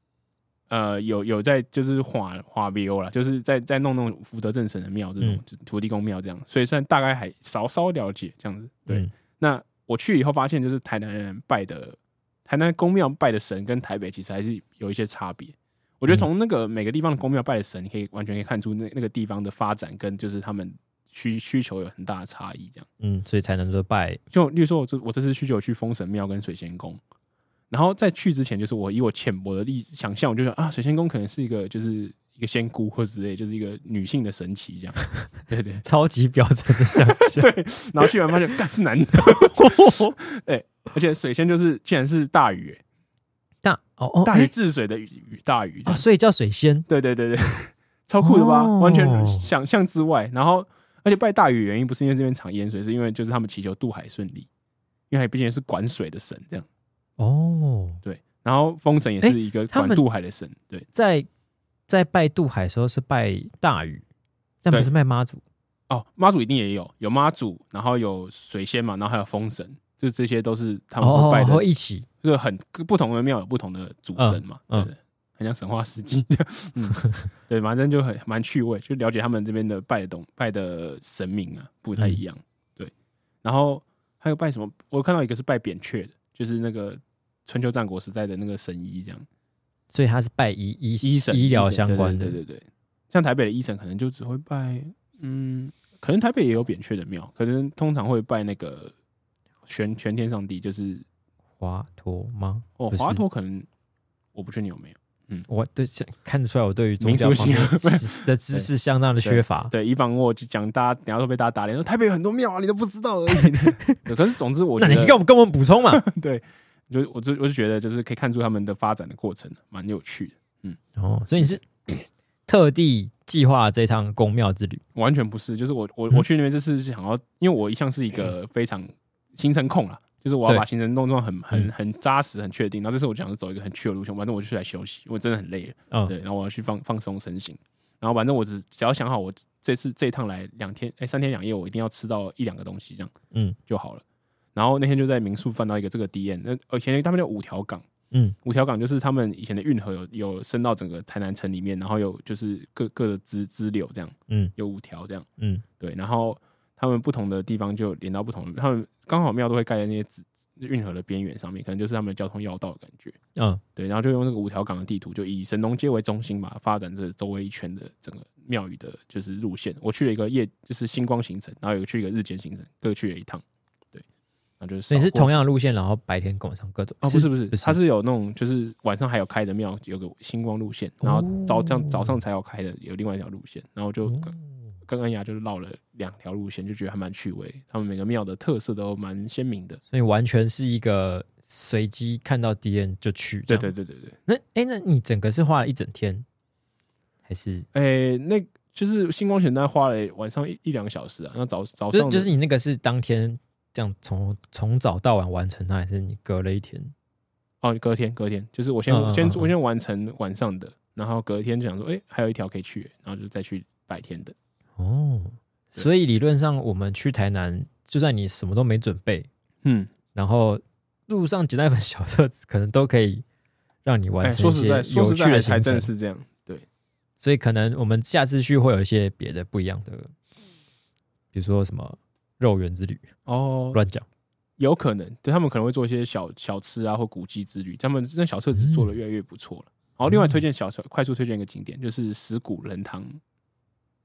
[SPEAKER 2] 呃有有在就是画画 VO 啦，就是在在弄那种福德正神的庙这种、
[SPEAKER 1] 嗯
[SPEAKER 2] 就土地公庙这样，所以算大概还稍稍了解这样子。对，
[SPEAKER 1] 嗯
[SPEAKER 2] 那我去以后发现，就是台南人拜的台南宫庙拜的神跟台北其实还是有一些差别。我觉得从那个每个地方的宫庙拜的神，你可以完全可以看出那那个地方的发展跟就是他们需需求有很大的差异。这样，
[SPEAKER 1] 嗯，所以台南都拜
[SPEAKER 2] 就例如说我这我这次去就有去封神庙跟水仙宫，然后在去之前，就是我以我浅薄的力想象，我就想啊，水仙宫可能是一个就是一个仙姑或者之类，就是一个女性的神奇这样。对对，
[SPEAKER 1] 超级标准的想 象，
[SPEAKER 2] 然后去完发现，干 是男的，哎而且水仙就是竟然是大禹、欸
[SPEAKER 1] 大哦哦，
[SPEAKER 2] 大禹
[SPEAKER 1] 哎
[SPEAKER 2] 治水的禹禹大禹
[SPEAKER 1] 哦，
[SPEAKER 2] 这样。
[SPEAKER 1] 所以叫水仙，
[SPEAKER 2] 对对对对，超酷的吧？
[SPEAKER 1] 哦
[SPEAKER 2] 完全想象之外。然后，而且拜大禹的原因不是因为这边常淹水，是因为就是他们祈求渡海顺利，因为他毕竟是管水的神这样。
[SPEAKER 1] 哦，
[SPEAKER 2] 对，然后风神也是一个
[SPEAKER 1] 他
[SPEAKER 2] 管
[SPEAKER 1] 们
[SPEAKER 2] 渡海的神，对，
[SPEAKER 1] 在在拜渡海的时候是拜大禹，但不
[SPEAKER 2] 对
[SPEAKER 1] 是拜妈祖。
[SPEAKER 2] 哦，妈祖一定也有，有妈祖，然后有水仙嘛，然后还有风神，就这些都是他们
[SPEAKER 1] 哦，
[SPEAKER 2] 会拜的，
[SPEAKER 1] 会一起
[SPEAKER 2] 就是很不同的庙有不同的主神嘛，
[SPEAKER 1] 嗯
[SPEAKER 2] 对不对，很像神话 史记，嗯，对，反正就很蛮趣味，就了解他们这边的拜的东拜的神明啊不太一样，
[SPEAKER 1] 嗯
[SPEAKER 2] 对，然后还有拜什么，我看到一个是拜扁鹊的，就是那个春秋战国时代的那个神医这样。
[SPEAKER 1] 所以他是拜医医
[SPEAKER 2] 医生
[SPEAKER 1] 医疗相关的
[SPEAKER 2] 对。对对对，像台北的医生可能就只会拜，嗯，可能台北也有扁鹊的庙，可能通常会拜那个玄玄天上帝，就是
[SPEAKER 1] 华佗吗？
[SPEAKER 2] 哦
[SPEAKER 1] 不是
[SPEAKER 2] 华佗，可能我不确定有没有。
[SPEAKER 1] 我对这看得出来，我对于宗
[SPEAKER 2] 民
[SPEAKER 1] 教
[SPEAKER 2] 俗
[SPEAKER 1] 方
[SPEAKER 2] 信
[SPEAKER 1] 面
[SPEAKER 2] 仰
[SPEAKER 1] 知的知识相当的缺乏。
[SPEAKER 2] 对，以防我就讲大家，等一下都被大家打脸，说台北有很多庙啊，你都不知 道而已。对可是总之我
[SPEAKER 1] 那
[SPEAKER 2] 觉
[SPEAKER 1] 你
[SPEAKER 2] 得
[SPEAKER 1] 跟我，们跟我们补充嘛？
[SPEAKER 2] 对，就我就我就觉得就是可以看出他们的发展的过程，蛮有趣的。
[SPEAKER 1] 哦，所以你是 特地计划了这趟宫庙之旅，
[SPEAKER 2] 完全不是，就是我我
[SPEAKER 1] 嗯
[SPEAKER 2] 我去那边就是想要，因为我一向是一个非常行程控啦，就是我要
[SPEAKER 1] 对
[SPEAKER 2] 把行程弄得很很
[SPEAKER 1] 嗯
[SPEAKER 2] 很扎实、很确定。然后这次我就想说走一个很 chill 的路线，反正我就是来休息，我真的很累了，
[SPEAKER 1] 嗯，
[SPEAKER 2] 对，然后我要去放放松身心。然后反正我只只要想好，我这次这一趟来两天，哎，三天两夜，我一定要吃到一两个东西，这样
[SPEAKER 1] 嗯
[SPEAKER 2] 就好了。然后那天就在民宿翻到一个这个 D N，那呃以前他们叫五条港，
[SPEAKER 1] 嗯，
[SPEAKER 2] 五条港就是他们以前的运河有有伸到整个台南城里面，然后有就是各各的支支流这样，
[SPEAKER 1] 嗯，
[SPEAKER 2] 有五条这样，
[SPEAKER 1] 嗯，
[SPEAKER 2] 对，然后他们不同的地方就连到不同的，他们刚好庙都会盖在那些支运河的边缘上面，可能就是他们的交通要道的感觉，
[SPEAKER 1] 嗯，
[SPEAKER 2] 对，然后就用这个五条港的地图，就以神农街为中心嘛，发展这周围一圈的整个庙宇的就是路线。我去了一个夜，就是星光行程，然后有去一个日间行程，各去了一趟，对，那就是
[SPEAKER 1] 所以
[SPEAKER 2] 扫
[SPEAKER 1] 是
[SPEAKER 2] 过
[SPEAKER 1] 同样的路线，然后白天跟晚上各走。
[SPEAKER 2] 哦，不是不是，
[SPEAKER 1] 不是
[SPEAKER 2] 它是有那种就是晚上还有开的庙，有个星光路线，然后早上、早上才有开的有另外一条路线，然后就
[SPEAKER 1] 哦
[SPEAKER 2] 跟跟恩雅就是绕了两条路线，就觉得还蛮趣味，他们每个庙的特色都蛮鲜明的。
[SPEAKER 1] 所以完全是一个随机看到敌人就去。
[SPEAKER 2] 对对。对对对，
[SPEAKER 1] 那哎，那你整个是花了一整天，还还是
[SPEAKER 2] 诶、那就是星光前单花了晚上一一两个小时啊，那早早
[SPEAKER 1] 就是
[SPEAKER 2] 上
[SPEAKER 1] 就是你那个是当天这样从从早到晚完成它，还是你隔了一天？
[SPEAKER 2] 哦，隔天隔天，就是我先、
[SPEAKER 1] 嗯嗯嗯
[SPEAKER 2] 先
[SPEAKER 1] 嗯
[SPEAKER 2] 我先完成晚上的，然后隔天就想说，诶，还有一条可以去，然后就再去白天的。
[SPEAKER 1] 哦，
[SPEAKER 2] 对
[SPEAKER 1] 所以理论上我们去台南，就算你什么都没准备，
[SPEAKER 2] 嗯，
[SPEAKER 1] 然后路上捡到一本小册子，可能都可以让你
[SPEAKER 2] 哎、
[SPEAKER 1] 完成
[SPEAKER 2] 说
[SPEAKER 1] 一
[SPEAKER 2] 实
[SPEAKER 1] 些
[SPEAKER 2] 在，说
[SPEAKER 1] 有
[SPEAKER 2] 实
[SPEAKER 1] 趣
[SPEAKER 2] 在
[SPEAKER 1] 的
[SPEAKER 2] 还
[SPEAKER 1] 行程
[SPEAKER 2] 还真。是这样。对，
[SPEAKER 1] 所以可能我们下次去会有一些别的不一样的，比如说什么肉圆之旅，
[SPEAKER 2] 哦，
[SPEAKER 1] 乱讲。
[SPEAKER 2] 有可能，对他们可能会做一些小小吃啊或古迹之旅，他们那小册子做
[SPEAKER 1] 嗯
[SPEAKER 2] 的越来越不错了。然后另外推荐小快速推荐一个景点，就是石鼓仁堂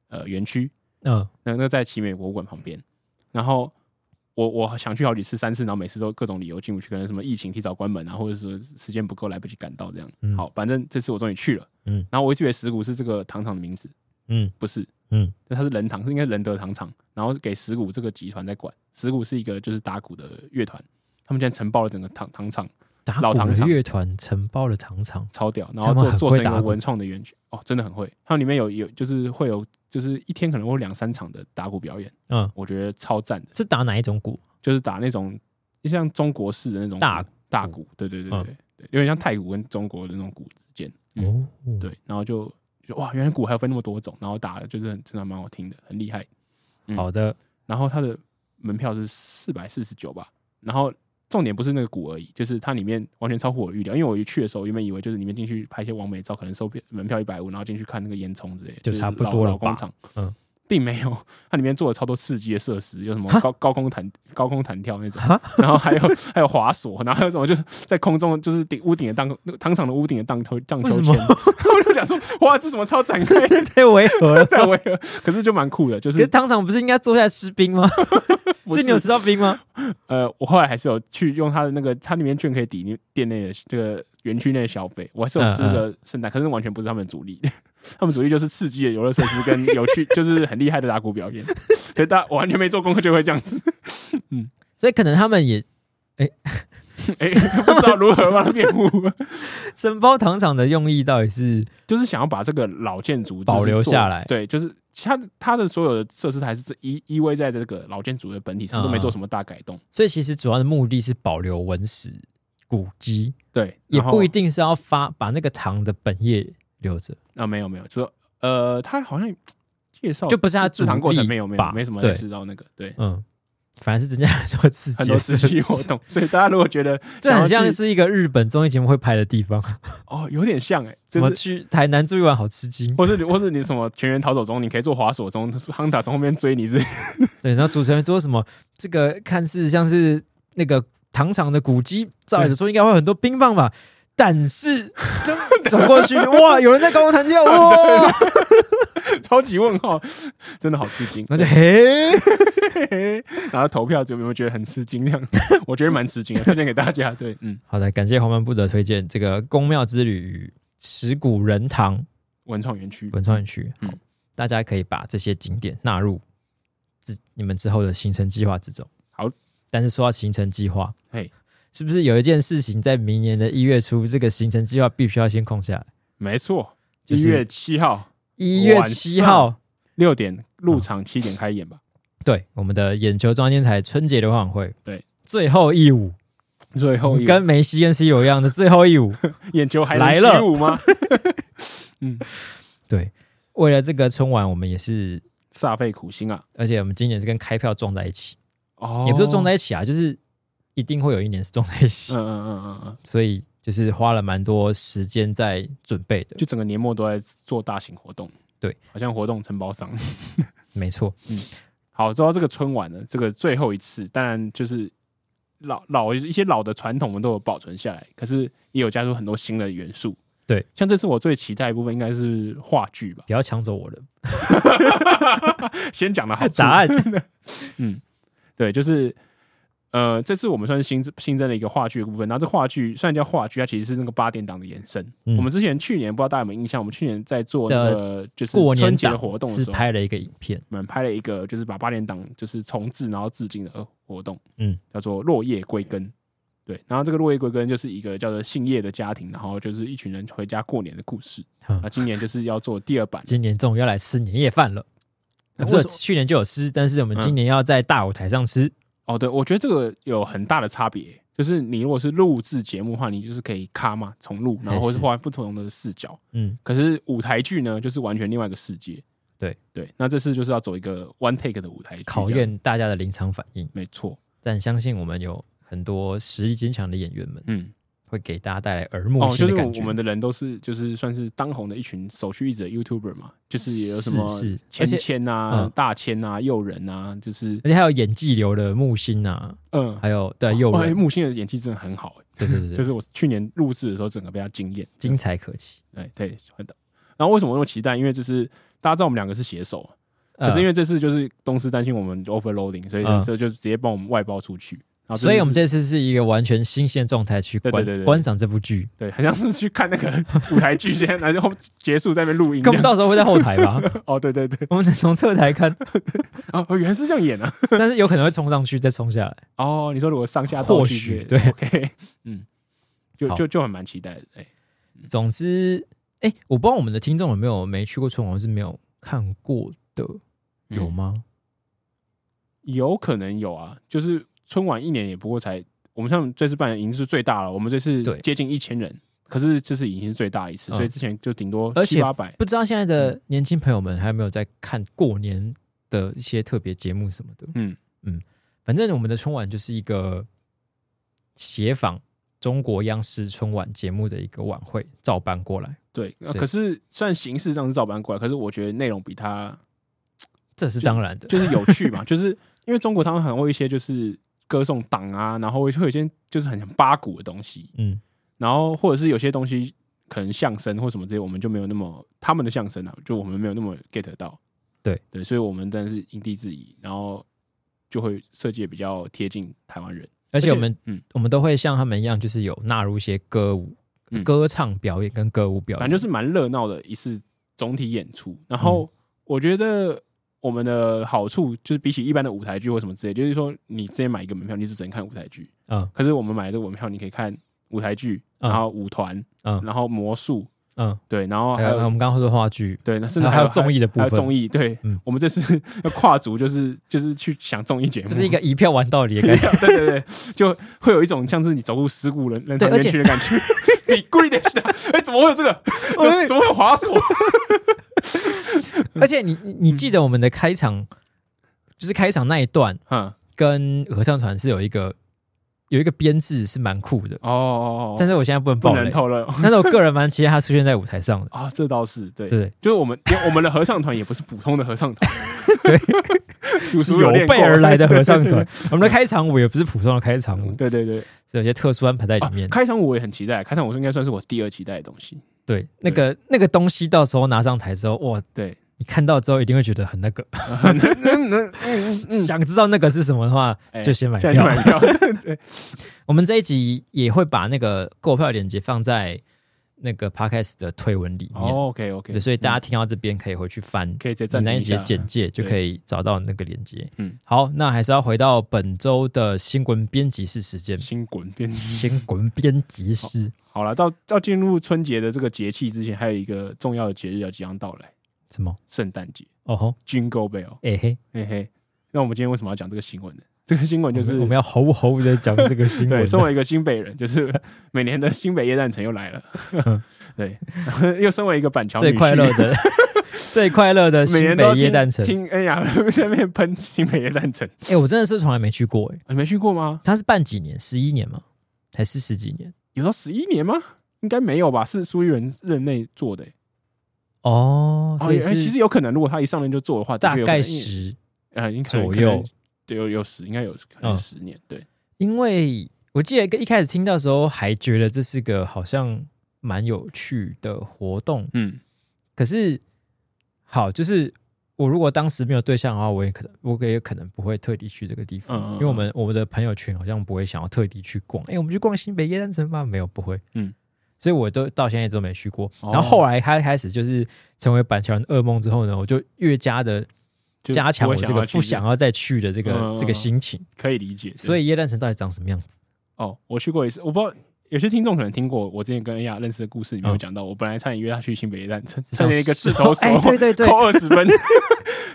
[SPEAKER 2] 呃园区，
[SPEAKER 1] 嗯，
[SPEAKER 2] 那那在奇美博物馆旁边。然后我我想去好几次，三次，然后每次都各种理由进不去，可能什么疫情提早关门啊，或者说时间不够来不及赶到这样。
[SPEAKER 1] 嗯
[SPEAKER 2] 好，反正这次我终于去了。
[SPEAKER 1] 嗯，
[SPEAKER 2] 然后我一直以为石鼓是这个糖厂的名字，
[SPEAKER 1] 嗯
[SPEAKER 2] 不是，
[SPEAKER 1] 嗯，
[SPEAKER 2] 它是仁堂，是应该仁德糖厂，然后给石鼓这个集团在管。石鼓是一个就是打鼓的乐团，他们现在承包了整个糖糖厂，
[SPEAKER 1] 打
[SPEAKER 2] 老
[SPEAKER 1] 鼓
[SPEAKER 2] 糖
[SPEAKER 1] 的
[SPEAKER 2] 厂
[SPEAKER 1] 乐团承包了糖厂，
[SPEAKER 2] 超屌，然
[SPEAKER 1] 他
[SPEAKER 2] 后
[SPEAKER 1] 们
[SPEAKER 2] 做
[SPEAKER 1] 很
[SPEAKER 2] 做
[SPEAKER 1] 会
[SPEAKER 2] 成一
[SPEAKER 1] 打
[SPEAKER 2] 个
[SPEAKER 1] 鼓
[SPEAKER 2] 文创的园区，哦，真的很会。他们里面有有就是会有就是一天可能会有两三场的打鼓表演，
[SPEAKER 1] 嗯，
[SPEAKER 2] 我觉得超赞的，
[SPEAKER 1] 是打哪一种鼓？
[SPEAKER 2] 就是打那种像中国式的那种
[SPEAKER 1] 大
[SPEAKER 2] 大鼓，对对对对
[SPEAKER 1] 嗯
[SPEAKER 2] 对，有点像太鼓跟中国的那种鼓之间，
[SPEAKER 1] 哦
[SPEAKER 2] 嗯，对，然后就就哇，原来鼓还有分那么多种，然后打的就是很真的还蛮好听的，很厉害。嗯
[SPEAKER 1] 好的，
[SPEAKER 2] 然后它的门票是四百四十九吧。然后重点不是那个鼓而已，就是它里面完全超乎我预料。因为我一去的时候，原本以为就是里面进去拍一些完美照，可能收票门票一百五，然后进去看那个烟囱之类的，
[SPEAKER 1] 就是差不多
[SPEAKER 2] 老
[SPEAKER 1] 了吧
[SPEAKER 2] 老工厂，
[SPEAKER 1] 嗯，
[SPEAKER 2] 并没有。它里面做了超多刺激的设施，有什么
[SPEAKER 1] 哈
[SPEAKER 2] 高高空弹高空弹跳那种
[SPEAKER 1] 哈，
[SPEAKER 2] 然后还有还有滑索，然后还有什么就是在空中就是顶屋顶的荡那个糖厂的屋顶的荡秋荡秋
[SPEAKER 1] 为什
[SPEAKER 2] 千，
[SPEAKER 1] 么
[SPEAKER 2] 我就想说哇，这什么超展开的
[SPEAKER 1] 太违和 了。
[SPEAKER 2] 太违和，可是就蛮酷的，就
[SPEAKER 1] 可是
[SPEAKER 2] 是
[SPEAKER 1] 糖厂不是应该坐下来吃冰吗？
[SPEAKER 2] 不
[SPEAKER 1] 是你有吃到冰 吗？
[SPEAKER 2] 呃，我后来还是有去用它的那个，它里面券可以抵店内的这个园区内的消费，我还是有吃
[SPEAKER 1] 嗯
[SPEAKER 2] 个圣诞，可是完全不是他们的主力， 他们主力就是刺激的游乐设施跟有趣，就是很厉害的打鼓表演， 所以大家我完全没做功课就会这样子，
[SPEAKER 1] 所以可能他们也
[SPEAKER 2] 哎、不知道如何帮他辩护，
[SPEAKER 1] 承包糖厂的用意到底是
[SPEAKER 2] 就是想要把这个老建筑就是
[SPEAKER 1] 保留
[SPEAKER 2] 做
[SPEAKER 1] 下来
[SPEAKER 2] 对，就是它它的所有的设施还是这依依偎在这个老建筑的本体上，都
[SPEAKER 1] 嗯
[SPEAKER 2] 没做什么大改动，
[SPEAKER 1] 所以其实主要的目的是保留文史古迹，
[SPEAKER 2] 对，
[SPEAKER 1] 也
[SPEAKER 2] 然后
[SPEAKER 1] 不一定是要发把那个糖的本业留着，
[SPEAKER 2] 啊，没有没有，除了呃，他好像介绍
[SPEAKER 1] 就不是他
[SPEAKER 2] 制制糖过
[SPEAKER 1] 主
[SPEAKER 2] 程
[SPEAKER 1] 力
[SPEAKER 2] 没有没
[SPEAKER 1] 吧
[SPEAKER 2] 有没什么
[SPEAKER 1] 对
[SPEAKER 2] 知道那个对
[SPEAKER 1] 嗯，反而是增加很多刺激，
[SPEAKER 2] 很 多刺激活，动，所以大家如果觉得
[SPEAKER 1] 这很
[SPEAKER 2] 想要
[SPEAKER 1] 像
[SPEAKER 2] 去
[SPEAKER 1] 是一个日本综艺节目会拍的地方，
[SPEAKER 2] 哦有点像哎、
[SPEAKER 1] 怎
[SPEAKER 2] 就
[SPEAKER 1] 么
[SPEAKER 2] 是
[SPEAKER 1] 去台南住一晚好吃惊，
[SPEAKER 2] 或是你或是你什么全员逃走中，你可以做滑索中，Honda 从后面追你是
[SPEAKER 1] 对，然后主持人说什么这个看似像是那个糖厂的古迹，照理说应该会有很多冰棒吧。但 是，就走过去，哇！有人在高空弹跳， 哇！
[SPEAKER 2] 超级问号，真的好吃惊。
[SPEAKER 1] 那就嘿，
[SPEAKER 2] 嘿嘿 然后投票有没有觉得很吃惊？这样 我觉得蛮吃惊的，推荐给大家。对，嗯，
[SPEAKER 1] 好的，感谢黄漫部的推荐。这个宫庙之旅与石鼓仁堂
[SPEAKER 2] 文创园区
[SPEAKER 1] 文创园区，好
[SPEAKER 2] 嗯，
[SPEAKER 1] 大家可以把这些景点纳入自你们之后的行程计划之中。
[SPEAKER 2] 好，
[SPEAKER 1] 但是说到行程计划，
[SPEAKER 2] 嘿，
[SPEAKER 1] 是不是有一件事情在明年的一月初，这个行程计划必须要先空下来？
[SPEAKER 2] 没错，
[SPEAKER 1] 就
[SPEAKER 2] 一
[SPEAKER 1] 是
[SPEAKER 2] 月七号
[SPEAKER 1] 一月七号，
[SPEAKER 2] 六点入场，七点开 演吧。
[SPEAKER 1] 对我们的眼球中央电台春节联欢晚会，
[SPEAKER 2] 对，
[SPEAKER 1] 最后一舞，
[SPEAKER 2] 最后一个
[SPEAKER 1] 跟梅西跟 C 罗一样的最后一舞。
[SPEAKER 2] 眼球还能
[SPEAKER 1] 来
[SPEAKER 2] 起
[SPEAKER 1] 了
[SPEAKER 2] 舞吗？
[SPEAKER 1] 对，为了这个春晚，我们也是，
[SPEAKER 2] 煞费苦心啊！
[SPEAKER 1] 而且我们今年是跟开票撞在一起。
[SPEAKER 2] 哦
[SPEAKER 1] 也不是撞在一起啊，就是一定会有一年是撞在一起，
[SPEAKER 2] 嗯嗯嗯嗯嗯，
[SPEAKER 1] 所以就是花了蛮多时间在准备的。
[SPEAKER 2] 就整个年末都在做大型活动，
[SPEAKER 1] 对，
[SPEAKER 2] 好像活动承包商。
[SPEAKER 1] 没错，
[SPEAKER 2] 好，说到这个春晚呢，这个最后一次，当然就是老老一些老的传统我们都有保存下来，可是也有加入很多新的元素。
[SPEAKER 1] 对，
[SPEAKER 2] 像这次我最期待的部分应该是话剧吧，
[SPEAKER 1] 不要抢走我的
[SPEAKER 2] 先讲了好处
[SPEAKER 1] 答 案。
[SPEAKER 2] 对，就是呃，这次我们算是新增新增了一个话剧的部分。然后这话剧虽然叫话剧，它其实是那个八点档的延伸。
[SPEAKER 1] 嗯
[SPEAKER 2] 我们之前去年不知道大家有没有印象，我们去年在做那个就是
[SPEAKER 1] 过
[SPEAKER 2] 春
[SPEAKER 1] 年
[SPEAKER 2] 节的
[SPEAKER 1] 档
[SPEAKER 2] 活动的
[SPEAKER 1] 是
[SPEAKER 2] 时候，
[SPEAKER 1] 拍了一个影片，
[SPEAKER 2] 我们拍了一个就是把八点档就是重置然后致敬的活动，
[SPEAKER 1] 嗯，
[SPEAKER 2] 叫做《落叶归根》。对，然后这个落叶归根就是一个叫做姓叶的家庭，然后就是一群人回家过年的故事。
[SPEAKER 1] 嗯
[SPEAKER 2] 啊，今年就是要做第 二版，
[SPEAKER 1] 今年终于要来吃年夜饭了。
[SPEAKER 2] 那
[SPEAKER 1] 不是
[SPEAKER 2] 为什么
[SPEAKER 1] 去年就有吃，但是我们
[SPEAKER 2] 嗯
[SPEAKER 1] 今年要在大舞台上吃。
[SPEAKER 2] 哦，对，我觉得这个有很大的差别，就是你如果是录制节目的话，你就是可以卡嘛重录，然后或是
[SPEAKER 1] 哎是
[SPEAKER 2] 换不同的视角。
[SPEAKER 1] 嗯，
[SPEAKER 2] 可是舞台剧呢，就是完全另外一个世界。
[SPEAKER 1] 对
[SPEAKER 2] 对，那这次就是要走一个 one take 的舞台剧，
[SPEAKER 1] 考
[SPEAKER 2] 这样，
[SPEAKER 1] 验大家的临场反应，
[SPEAKER 2] 没错，
[SPEAKER 1] 但相信我们有很多实力坚强的演员们，
[SPEAKER 2] 嗯，
[SPEAKER 1] 会给大家带来耳目
[SPEAKER 2] 哦，
[SPEAKER 1] 新
[SPEAKER 2] 就是
[SPEAKER 1] 的
[SPEAKER 2] 我
[SPEAKER 1] 感觉。
[SPEAKER 2] 我们的人都是就是算是当红的一群首屈一指的 YouTuber 嘛，就是也有什么
[SPEAKER 1] 是是
[SPEAKER 2] 芊
[SPEAKER 1] 而且
[SPEAKER 2] 芊啊
[SPEAKER 1] 嗯、
[SPEAKER 2] 大千啊、诱人啊，就是
[SPEAKER 1] 而且还有演技流的木星啊，
[SPEAKER 2] 嗯，
[SPEAKER 1] 还有对啊诱
[SPEAKER 2] 哇哎
[SPEAKER 1] 人，
[SPEAKER 2] 木星的演技真的很好，哎
[SPEAKER 1] 对对对对，
[SPEAKER 2] 就是我去年录制的时候，整个被他惊艳，
[SPEAKER 1] 精彩可期。
[SPEAKER 2] 对对，很的。然后为什么那么期待？因为就是大家知道我们两个是携手，可是因
[SPEAKER 1] 为，
[SPEAKER 2] 为这次就是公司担心我们 overloading，所以
[SPEAKER 1] 嗯
[SPEAKER 2] 这就直接帮我们外包出去。然后
[SPEAKER 1] 所以我们
[SPEAKER 2] 这次
[SPEAKER 1] 这次是一个完全新鲜状态去
[SPEAKER 2] 对对
[SPEAKER 1] 观
[SPEAKER 2] 对对对
[SPEAKER 1] 观赏这部剧。
[SPEAKER 2] 对，很像是去看那个 舞台剧，现在然后结束在那边录音
[SPEAKER 1] 可
[SPEAKER 2] 这
[SPEAKER 1] 我们
[SPEAKER 2] 样。
[SPEAKER 1] 到时候会在后台 吧，
[SPEAKER 2] 哦，对对对，
[SPEAKER 1] 我们再从侧台看，
[SPEAKER 2] 哦，原来是这样演啊。
[SPEAKER 1] 但是有可能会冲上去再冲下来。
[SPEAKER 2] 哦，你说如果上下
[SPEAKER 1] 或
[SPEAKER 2] 倒叙
[SPEAKER 1] 许
[SPEAKER 2] 之类的
[SPEAKER 1] 对
[SPEAKER 2] ，OK，嗯， 就
[SPEAKER 1] 好
[SPEAKER 2] 就就很蛮期待的。哎，
[SPEAKER 1] 总之，哎、我不知道我们的听众有没有没去过春晚或是没有看过的，
[SPEAKER 2] 嗯
[SPEAKER 1] 有吗？
[SPEAKER 2] 有可能有啊，就是春晚一年也不过才，我们像这次办的已经是最大了，我们这次
[SPEAKER 1] 对
[SPEAKER 2] 接近一千人，可是这次已经是最大一次，
[SPEAKER 1] 嗯
[SPEAKER 2] 所以之前就顶多
[SPEAKER 1] 而且
[SPEAKER 2] 七八百。
[SPEAKER 1] 不知道现在
[SPEAKER 2] 嗯
[SPEAKER 1] 的年轻朋友们还有没有在看过年的一些特别节目什么的？
[SPEAKER 2] 嗯
[SPEAKER 1] 嗯，反正我们的春晚就是一个协访中国央视春晚节目的一个晚会，照搬过来，
[SPEAKER 2] 对，呃
[SPEAKER 1] 对
[SPEAKER 2] 可是虽然形式上是照搬过来，可是我觉得内容比它
[SPEAKER 1] 这是当然的。
[SPEAKER 2] 就是有趣 嘛，就是因为中国他们很会一些就是歌颂党啊，然后会有一些就是很八股的东西，
[SPEAKER 1] 嗯，
[SPEAKER 2] 然后或者是有些东西可能相声或什么这些，我们就没有那么他们的相声啊，就我们没有那么 get 到。
[SPEAKER 1] 对
[SPEAKER 2] 对，所以我们但是因地制宜，然后就会设计得比较贴近台湾人。
[SPEAKER 1] 而且我们
[SPEAKER 2] 嗯，
[SPEAKER 1] 我们都会像他们一样，就是有纳入一些歌舞、
[SPEAKER 2] 嗯
[SPEAKER 1] 歌唱表演跟歌舞表
[SPEAKER 2] 反
[SPEAKER 1] 演，
[SPEAKER 2] 正就是蛮热闹的一次总体演出。然后
[SPEAKER 1] 嗯
[SPEAKER 2] 我觉得我们的好处就是比起一般的舞台剧或什么之类，就是说你直接买一个门票，你只能看舞台剧。
[SPEAKER 1] 嗯
[SPEAKER 2] 可是我们买这个门票，你可以看舞台剧，
[SPEAKER 1] 嗯
[SPEAKER 2] 然后舞团，
[SPEAKER 1] 嗯
[SPEAKER 2] 然后魔术，
[SPEAKER 1] 嗯，
[SPEAKER 2] 对，然后
[SPEAKER 1] 还
[SPEAKER 2] 哦还
[SPEAKER 1] 有我
[SPEAKER 2] 有
[SPEAKER 1] 们刚刚说的话剧，
[SPEAKER 2] 对，那甚
[SPEAKER 1] 然后
[SPEAKER 2] 至
[SPEAKER 1] 还有综
[SPEAKER 2] 艺。
[SPEAKER 1] 艺的部
[SPEAKER 2] 还有
[SPEAKER 1] 分，
[SPEAKER 2] 综艺，对、
[SPEAKER 1] 嗯
[SPEAKER 2] 我们这次 要跨足，就是就是去想综艺节目，
[SPEAKER 1] 这是一个一票玩到底的感觉。
[SPEAKER 2] 对对对，就会有一种像是你走入尸骨人人
[SPEAKER 1] 对
[SPEAKER 2] 团
[SPEAKER 1] 而
[SPEAKER 2] 园
[SPEAKER 1] 且
[SPEAKER 2] 区的感觉。 比贵点的，哎，怎么会有这 个？怎
[SPEAKER 1] 喂
[SPEAKER 2] 么怎么会有滑索？
[SPEAKER 1] 而且你你你记得我们的开场，就是开场那一段，
[SPEAKER 2] 嗯，
[SPEAKER 1] 跟合唱团是有一个有一个编制是蛮酷的，
[SPEAKER 2] 哦哦哦
[SPEAKER 1] 但是我现在不能
[SPEAKER 2] 不
[SPEAKER 1] 爆
[SPEAKER 2] 能
[SPEAKER 1] 雷。
[SPEAKER 2] 透露，
[SPEAKER 1] 但是我个人蛮期待他出现在舞台上的
[SPEAKER 2] 啊，这倒是对，
[SPEAKER 1] 对，
[SPEAKER 2] 就是我们因为我们的合唱团也不是普通的合唱团，
[SPEAKER 1] 对，
[SPEAKER 2] 叔
[SPEAKER 1] 是
[SPEAKER 2] 叔
[SPEAKER 1] 有
[SPEAKER 2] 练
[SPEAKER 1] 备
[SPEAKER 2] 过
[SPEAKER 1] 而来的合唱
[SPEAKER 2] 对对
[SPEAKER 1] 团。我们的开场舞也不是普通的开场
[SPEAKER 2] 对
[SPEAKER 1] 舞，
[SPEAKER 2] 对对对对
[SPEAKER 1] 是有些特殊安排在里
[SPEAKER 2] 啊
[SPEAKER 1] 面。
[SPEAKER 2] 开场舞我也很期待，开场舞应该算是我第二期待的东西。
[SPEAKER 1] 对，那个那个东西到时候拿上台之后，哇，
[SPEAKER 2] 对，
[SPEAKER 1] 你看到之后一定会觉得很那 个。
[SPEAKER 2] 嗯
[SPEAKER 1] 想知道那个是什么的话，
[SPEAKER 2] 哎
[SPEAKER 1] 就先买
[SPEAKER 2] 现在去
[SPEAKER 1] 票。
[SPEAKER 2] 买票，对，
[SPEAKER 1] 我们这一集也会把那个购票链接放在那个 podcast 的推文里面。
[SPEAKER 2] 哦，OK OK，
[SPEAKER 1] 对，所以大家听到这边可以回去翻
[SPEAKER 2] 可以再
[SPEAKER 1] 简
[SPEAKER 2] 暂停
[SPEAKER 1] 单一
[SPEAKER 2] 下
[SPEAKER 1] 些简介，就可以找到那个连接。嗯
[SPEAKER 2] 嗯，
[SPEAKER 1] 好，那还是要回到本周的新闻编辑室时间。
[SPEAKER 2] 新滚编辑。
[SPEAKER 1] 新闻编辑室
[SPEAKER 2] 好了，到要进入春节的这个节气之前，还有一个重要的节日要即将到来
[SPEAKER 1] 什么
[SPEAKER 2] ——圣诞节
[SPEAKER 1] 哦吼，
[SPEAKER 2] （Jingle Bell）。
[SPEAKER 1] 哎、嘿，
[SPEAKER 2] 嘿嘿，那我们今天为什么要讲这个新闻呢？ 这个新闻就
[SPEAKER 1] 我
[SPEAKER 2] 是
[SPEAKER 1] 们我们要吼吼的讲这个新闻
[SPEAKER 2] 对，。身为一个新北人，就是 每年的新北夜诞城 又来了。对， 然后又身为一个板桥
[SPEAKER 1] 最
[SPEAKER 2] 女
[SPEAKER 1] 快乐
[SPEAKER 2] 婿，
[SPEAKER 1] 的最快乐的
[SPEAKER 2] 每
[SPEAKER 1] 新
[SPEAKER 2] 年都要
[SPEAKER 1] 北
[SPEAKER 2] 听
[SPEAKER 1] 夜诞城。
[SPEAKER 2] 听哎呀， 在那边喷新北夜诞城，啊
[SPEAKER 1] 哎、我真的是从来没去过、哎，
[SPEAKER 2] 你没去过吗？
[SPEAKER 1] 它是办几年？十一年吗？还是十几年？
[SPEAKER 2] 有到十一年吗？应该没有吧？是苏玉仁任内做的、欸。
[SPEAKER 1] 哦，
[SPEAKER 2] 哦，
[SPEAKER 1] 所以
[SPEAKER 2] 也哎
[SPEAKER 1] 是
[SPEAKER 2] 其实有可能，如果他一上任就做的话，的
[SPEAKER 1] 大
[SPEAKER 2] 确有可
[SPEAKER 1] 概
[SPEAKER 2] 能
[SPEAKER 1] 十，
[SPEAKER 2] 呃，应该可能
[SPEAKER 1] 左
[SPEAKER 2] 可能
[SPEAKER 1] 右
[SPEAKER 2] 对有有十，应该有可能
[SPEAKER 1] 嗯
[SPEAKER 2] 十年。对，
[SPEAKER 1] 因为我记得一开始听到的时候还觉得这是个好像蛮有趣的活动，
[SPEAKER 2] 嗯，
[SPEAKER 1] 可是好，就是我如果当时没有对象的话，我也可能我也可能不会特地去这个地方，
[SPEAKER 2] 嗯嗯
[SPEAKER 1] 因为我们我们的朋友圈好像不会想要特地去逛。哎、我们去逛新北夜诞城吧？没有，不会。
[SPEAKER 2] 嗯，
[SPEAKER 1] 所以我都到现在都没去过。
[SPEAKER 2] 哦
[SPEAKER 1] 然后后来他开始就是成为板桥人的噩梦之后呢，我就越加的
[SPEAKER 2] 就
[SPEAKER 1] 加强
[SPEAKER 2] 不
[SPEAKER 1] 我
[SPEAKER 2] 会
[SPEAKER 1] 这
[SPEAKER 2] 要
[SPEAKER 1] 个
[SPEAKER 2] 去
[SPEAKER 1] 不想要再去的这个、
[SPEAKER 2] 嗯嗯嗯
[SPEAKER 1] 这个心情。
[SPEAKER 2] 可以理解。
[SPEAKER 1] 所
[SPEAKER 2] 以
[SPEAKER 1] 以夜诞城到底长什么样子？
[SPEAKER 2] 哦，我去过一次，我不知道有些听众可能听过，我之前跟恩雅认识的故事里面有
[SPEAKER 1] 嗯
[SPEAKER 2] 讲到，我本来差点约他去新北一站，趁
[SPEAKER 1] 想
[SPEAKER 2] 趁着一个自投手，
[SPEAKER 1] 哎， 对对对，
[SPEAKER 2] 扣二十分。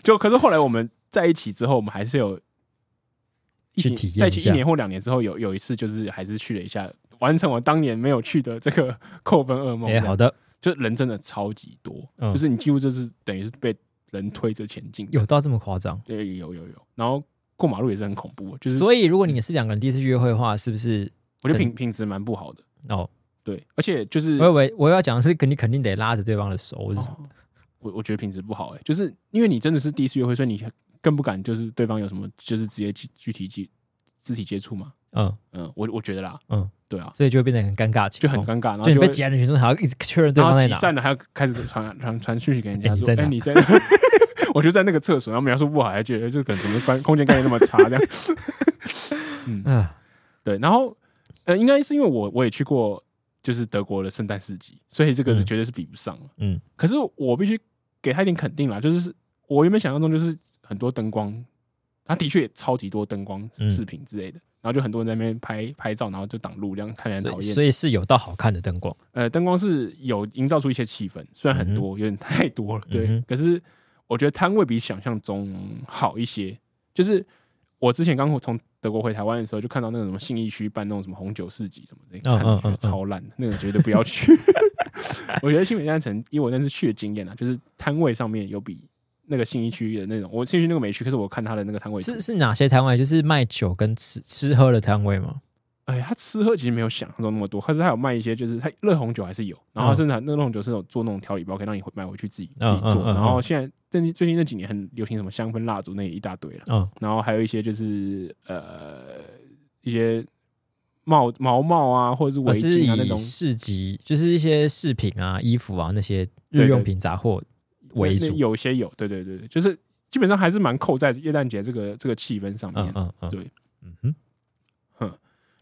[SPEAKER 2] 就可是后来我们在一起之后，我们还是有一
[SPEAKER 1] 去
[SPEAKER 2] 年
[SPEAKER 1] 体验
[SPEAKER 2] 在
[SPEAKER 1] 一
[SPEAKER 2] 一起一
[SPEAKER 1] 下
[SPEAKER 2] 年或两年之后，有有一次就是还是去了一下，完成我当年没有去的这个 扣分噩梦。
[SPEAKER 1] 哎，好，的，
[SPEAKER 2] 就人真的超级多，
[SPEAKER 1] 嗯
[SPEAKER 2] 就是你几乎就是等于是被人推着前进。
[SPEAKER 1] 有到这么夸张？
[SPEAKER 2] 对有有有，然后过马路也是很恐怖，哦就是
[SPEAKER 1] 所以如果你是两个人第一次约会的话，是不是？
[SPEAKER 2] 我觉得品品质蛮不好的。
[SPEAKER 1] 哦，
[SPEAKER 2] 对，而且就是
[SPEAKER 1] 我以为我要讲的是，肯定肯定得拉着对方的手，或是什么
[SPEAKER 2] 哦我我觉得品质不好哎、就是因为你真的是第一次约会，所以你更不敢就是对方有什么就是直接具具体接肢体接触嘛。
[SPEAKER 1] 嗯，
[SPEAKER 2] 嗯，我我觉得啦，
[SPEAKER 1] 嗯
[SPEAKER 2] 嗯，对啊，
[SPEAKER 1] 所以就会变成很尴尬的情
[SPEAKER 2] 就很
[SPEAKER 1] 况，
[SPEAKER 2] 尴尬，然后
[SPEAKER 1] 就你
[SPEAKER 2] 会
[SPEAKER 1] 被其他人群中还要一直确认对
[SPEAKER 2] 然
[SPEAKER 1] 方
[SPEAKER 2] 后
[SPEAKER 1] 在
[SPEAKER 2] 集
[SPEAKER 1] 哪，
[SPEAKER 2] 散了，还要开始传 传传讯息给人家
[SPEAKER 1] 哎你
[SPEAKER 2] 说
[SPEAKER 1] 在，哪
[SPEAKER 2] 哎，你在哪？ 我就在那个厕所，然后描述不好，还觉得这个人怎么关空间概念那么差这样。
[SPEAKER 1] 嗯，
[SPEAKER 2] 对，然后呃，应该是因为我我也去过就是德国的圣诞市集，所以这个是
[SPEAKER 1] 嗯
[SPEAKER 2] 绝对是比不上了。
[SPEAKER 1] 嗯，
[SPEAKER 2] 可是我必须给他一点肯定啦，就是我原本想象中就是很多灯光，他的确也超级多灯光
[SPEAKER 1] 嗯
[SPEAKER 2] 视频之类的，然后就很多人在那边拍拍照，然后就挡路，这样看起来很
[SPEAKER 1] 所
[SPEAKER 2] 讨
[SPEAKER 1] 以
[SPEAKER 2] 厌
[SPEAKER 1] 所。以是有到好看的灯光，
[SPEAKER 2] 呃，灯光是有营造出一些气氛，虽然很多，有点太多了，对。
[SPEAKER 1] 嗯哼
[SPEAKER 2] 可是我觉得摊位比想象中好一些。就是我之前刚从德国回台湾的时候，就看到那个什么信义区办那种什么红酒市集什么的，
[SPEAKER 1] 嗯
[SPEAKER 2] 看着觉
[SPEAKER 1] 嗯嗯
[SPEAKER 2] 得超烂的，那个绝对不 要去。我觉得新北站城，以我那次去的经验啊，就是摊位上面有比那个信义区的那种，我信义区那个没去，可是我看他的那个摊位，
[SPEAKER 1] 是是哪些摊位？就是卖酒跟吃吃喝的摊位吗？
[SPEAKER 2] 哎，他吃喝其实没有想象中那么多，可是他有卖一些，就是他热红酒还是有，然后
[SPEAKER 1] 嗯
[SPEAKER 2] 甚至还那个热红酒是有做那种调理包，可以让你回买回去自己自
[SPEAKER 1] 嗯
[SPEAKER 2] 己做。
[SPEAKER 1] 嗯嗯
[SPEAKER 2] 然后现在最近最近这几年很流行什么香氛蜡烛那一大堆了，
[SPEAKER 1] 嗯，
[SPEAKER 2] 然后还有一些就是呃一些帽毛帽啊，或者是围
[SPEAKER 1] 我是
[SPEAKER 2] 巾啊那
[SPEAKER 1] 以
[SPEAKER 2] 种
[SPEAKER 1] 市集，就是一些饰品啊、衣服啊那些日
[SPEAKER 2] 对对
[SPEAKER 1] 用品杂货为
[SPEAKER 2] 那那
[SPEAKER 1] 主。
[SPEAKER 2] 有些有，对对对对，就是基本上还是蛮扣在耶诞节这个这个气氛上面
[SPEAKER 1] 嗯。嗯嗯，
[SPEAKER 2] 对，
[SPEAKER 1] 嗯哼，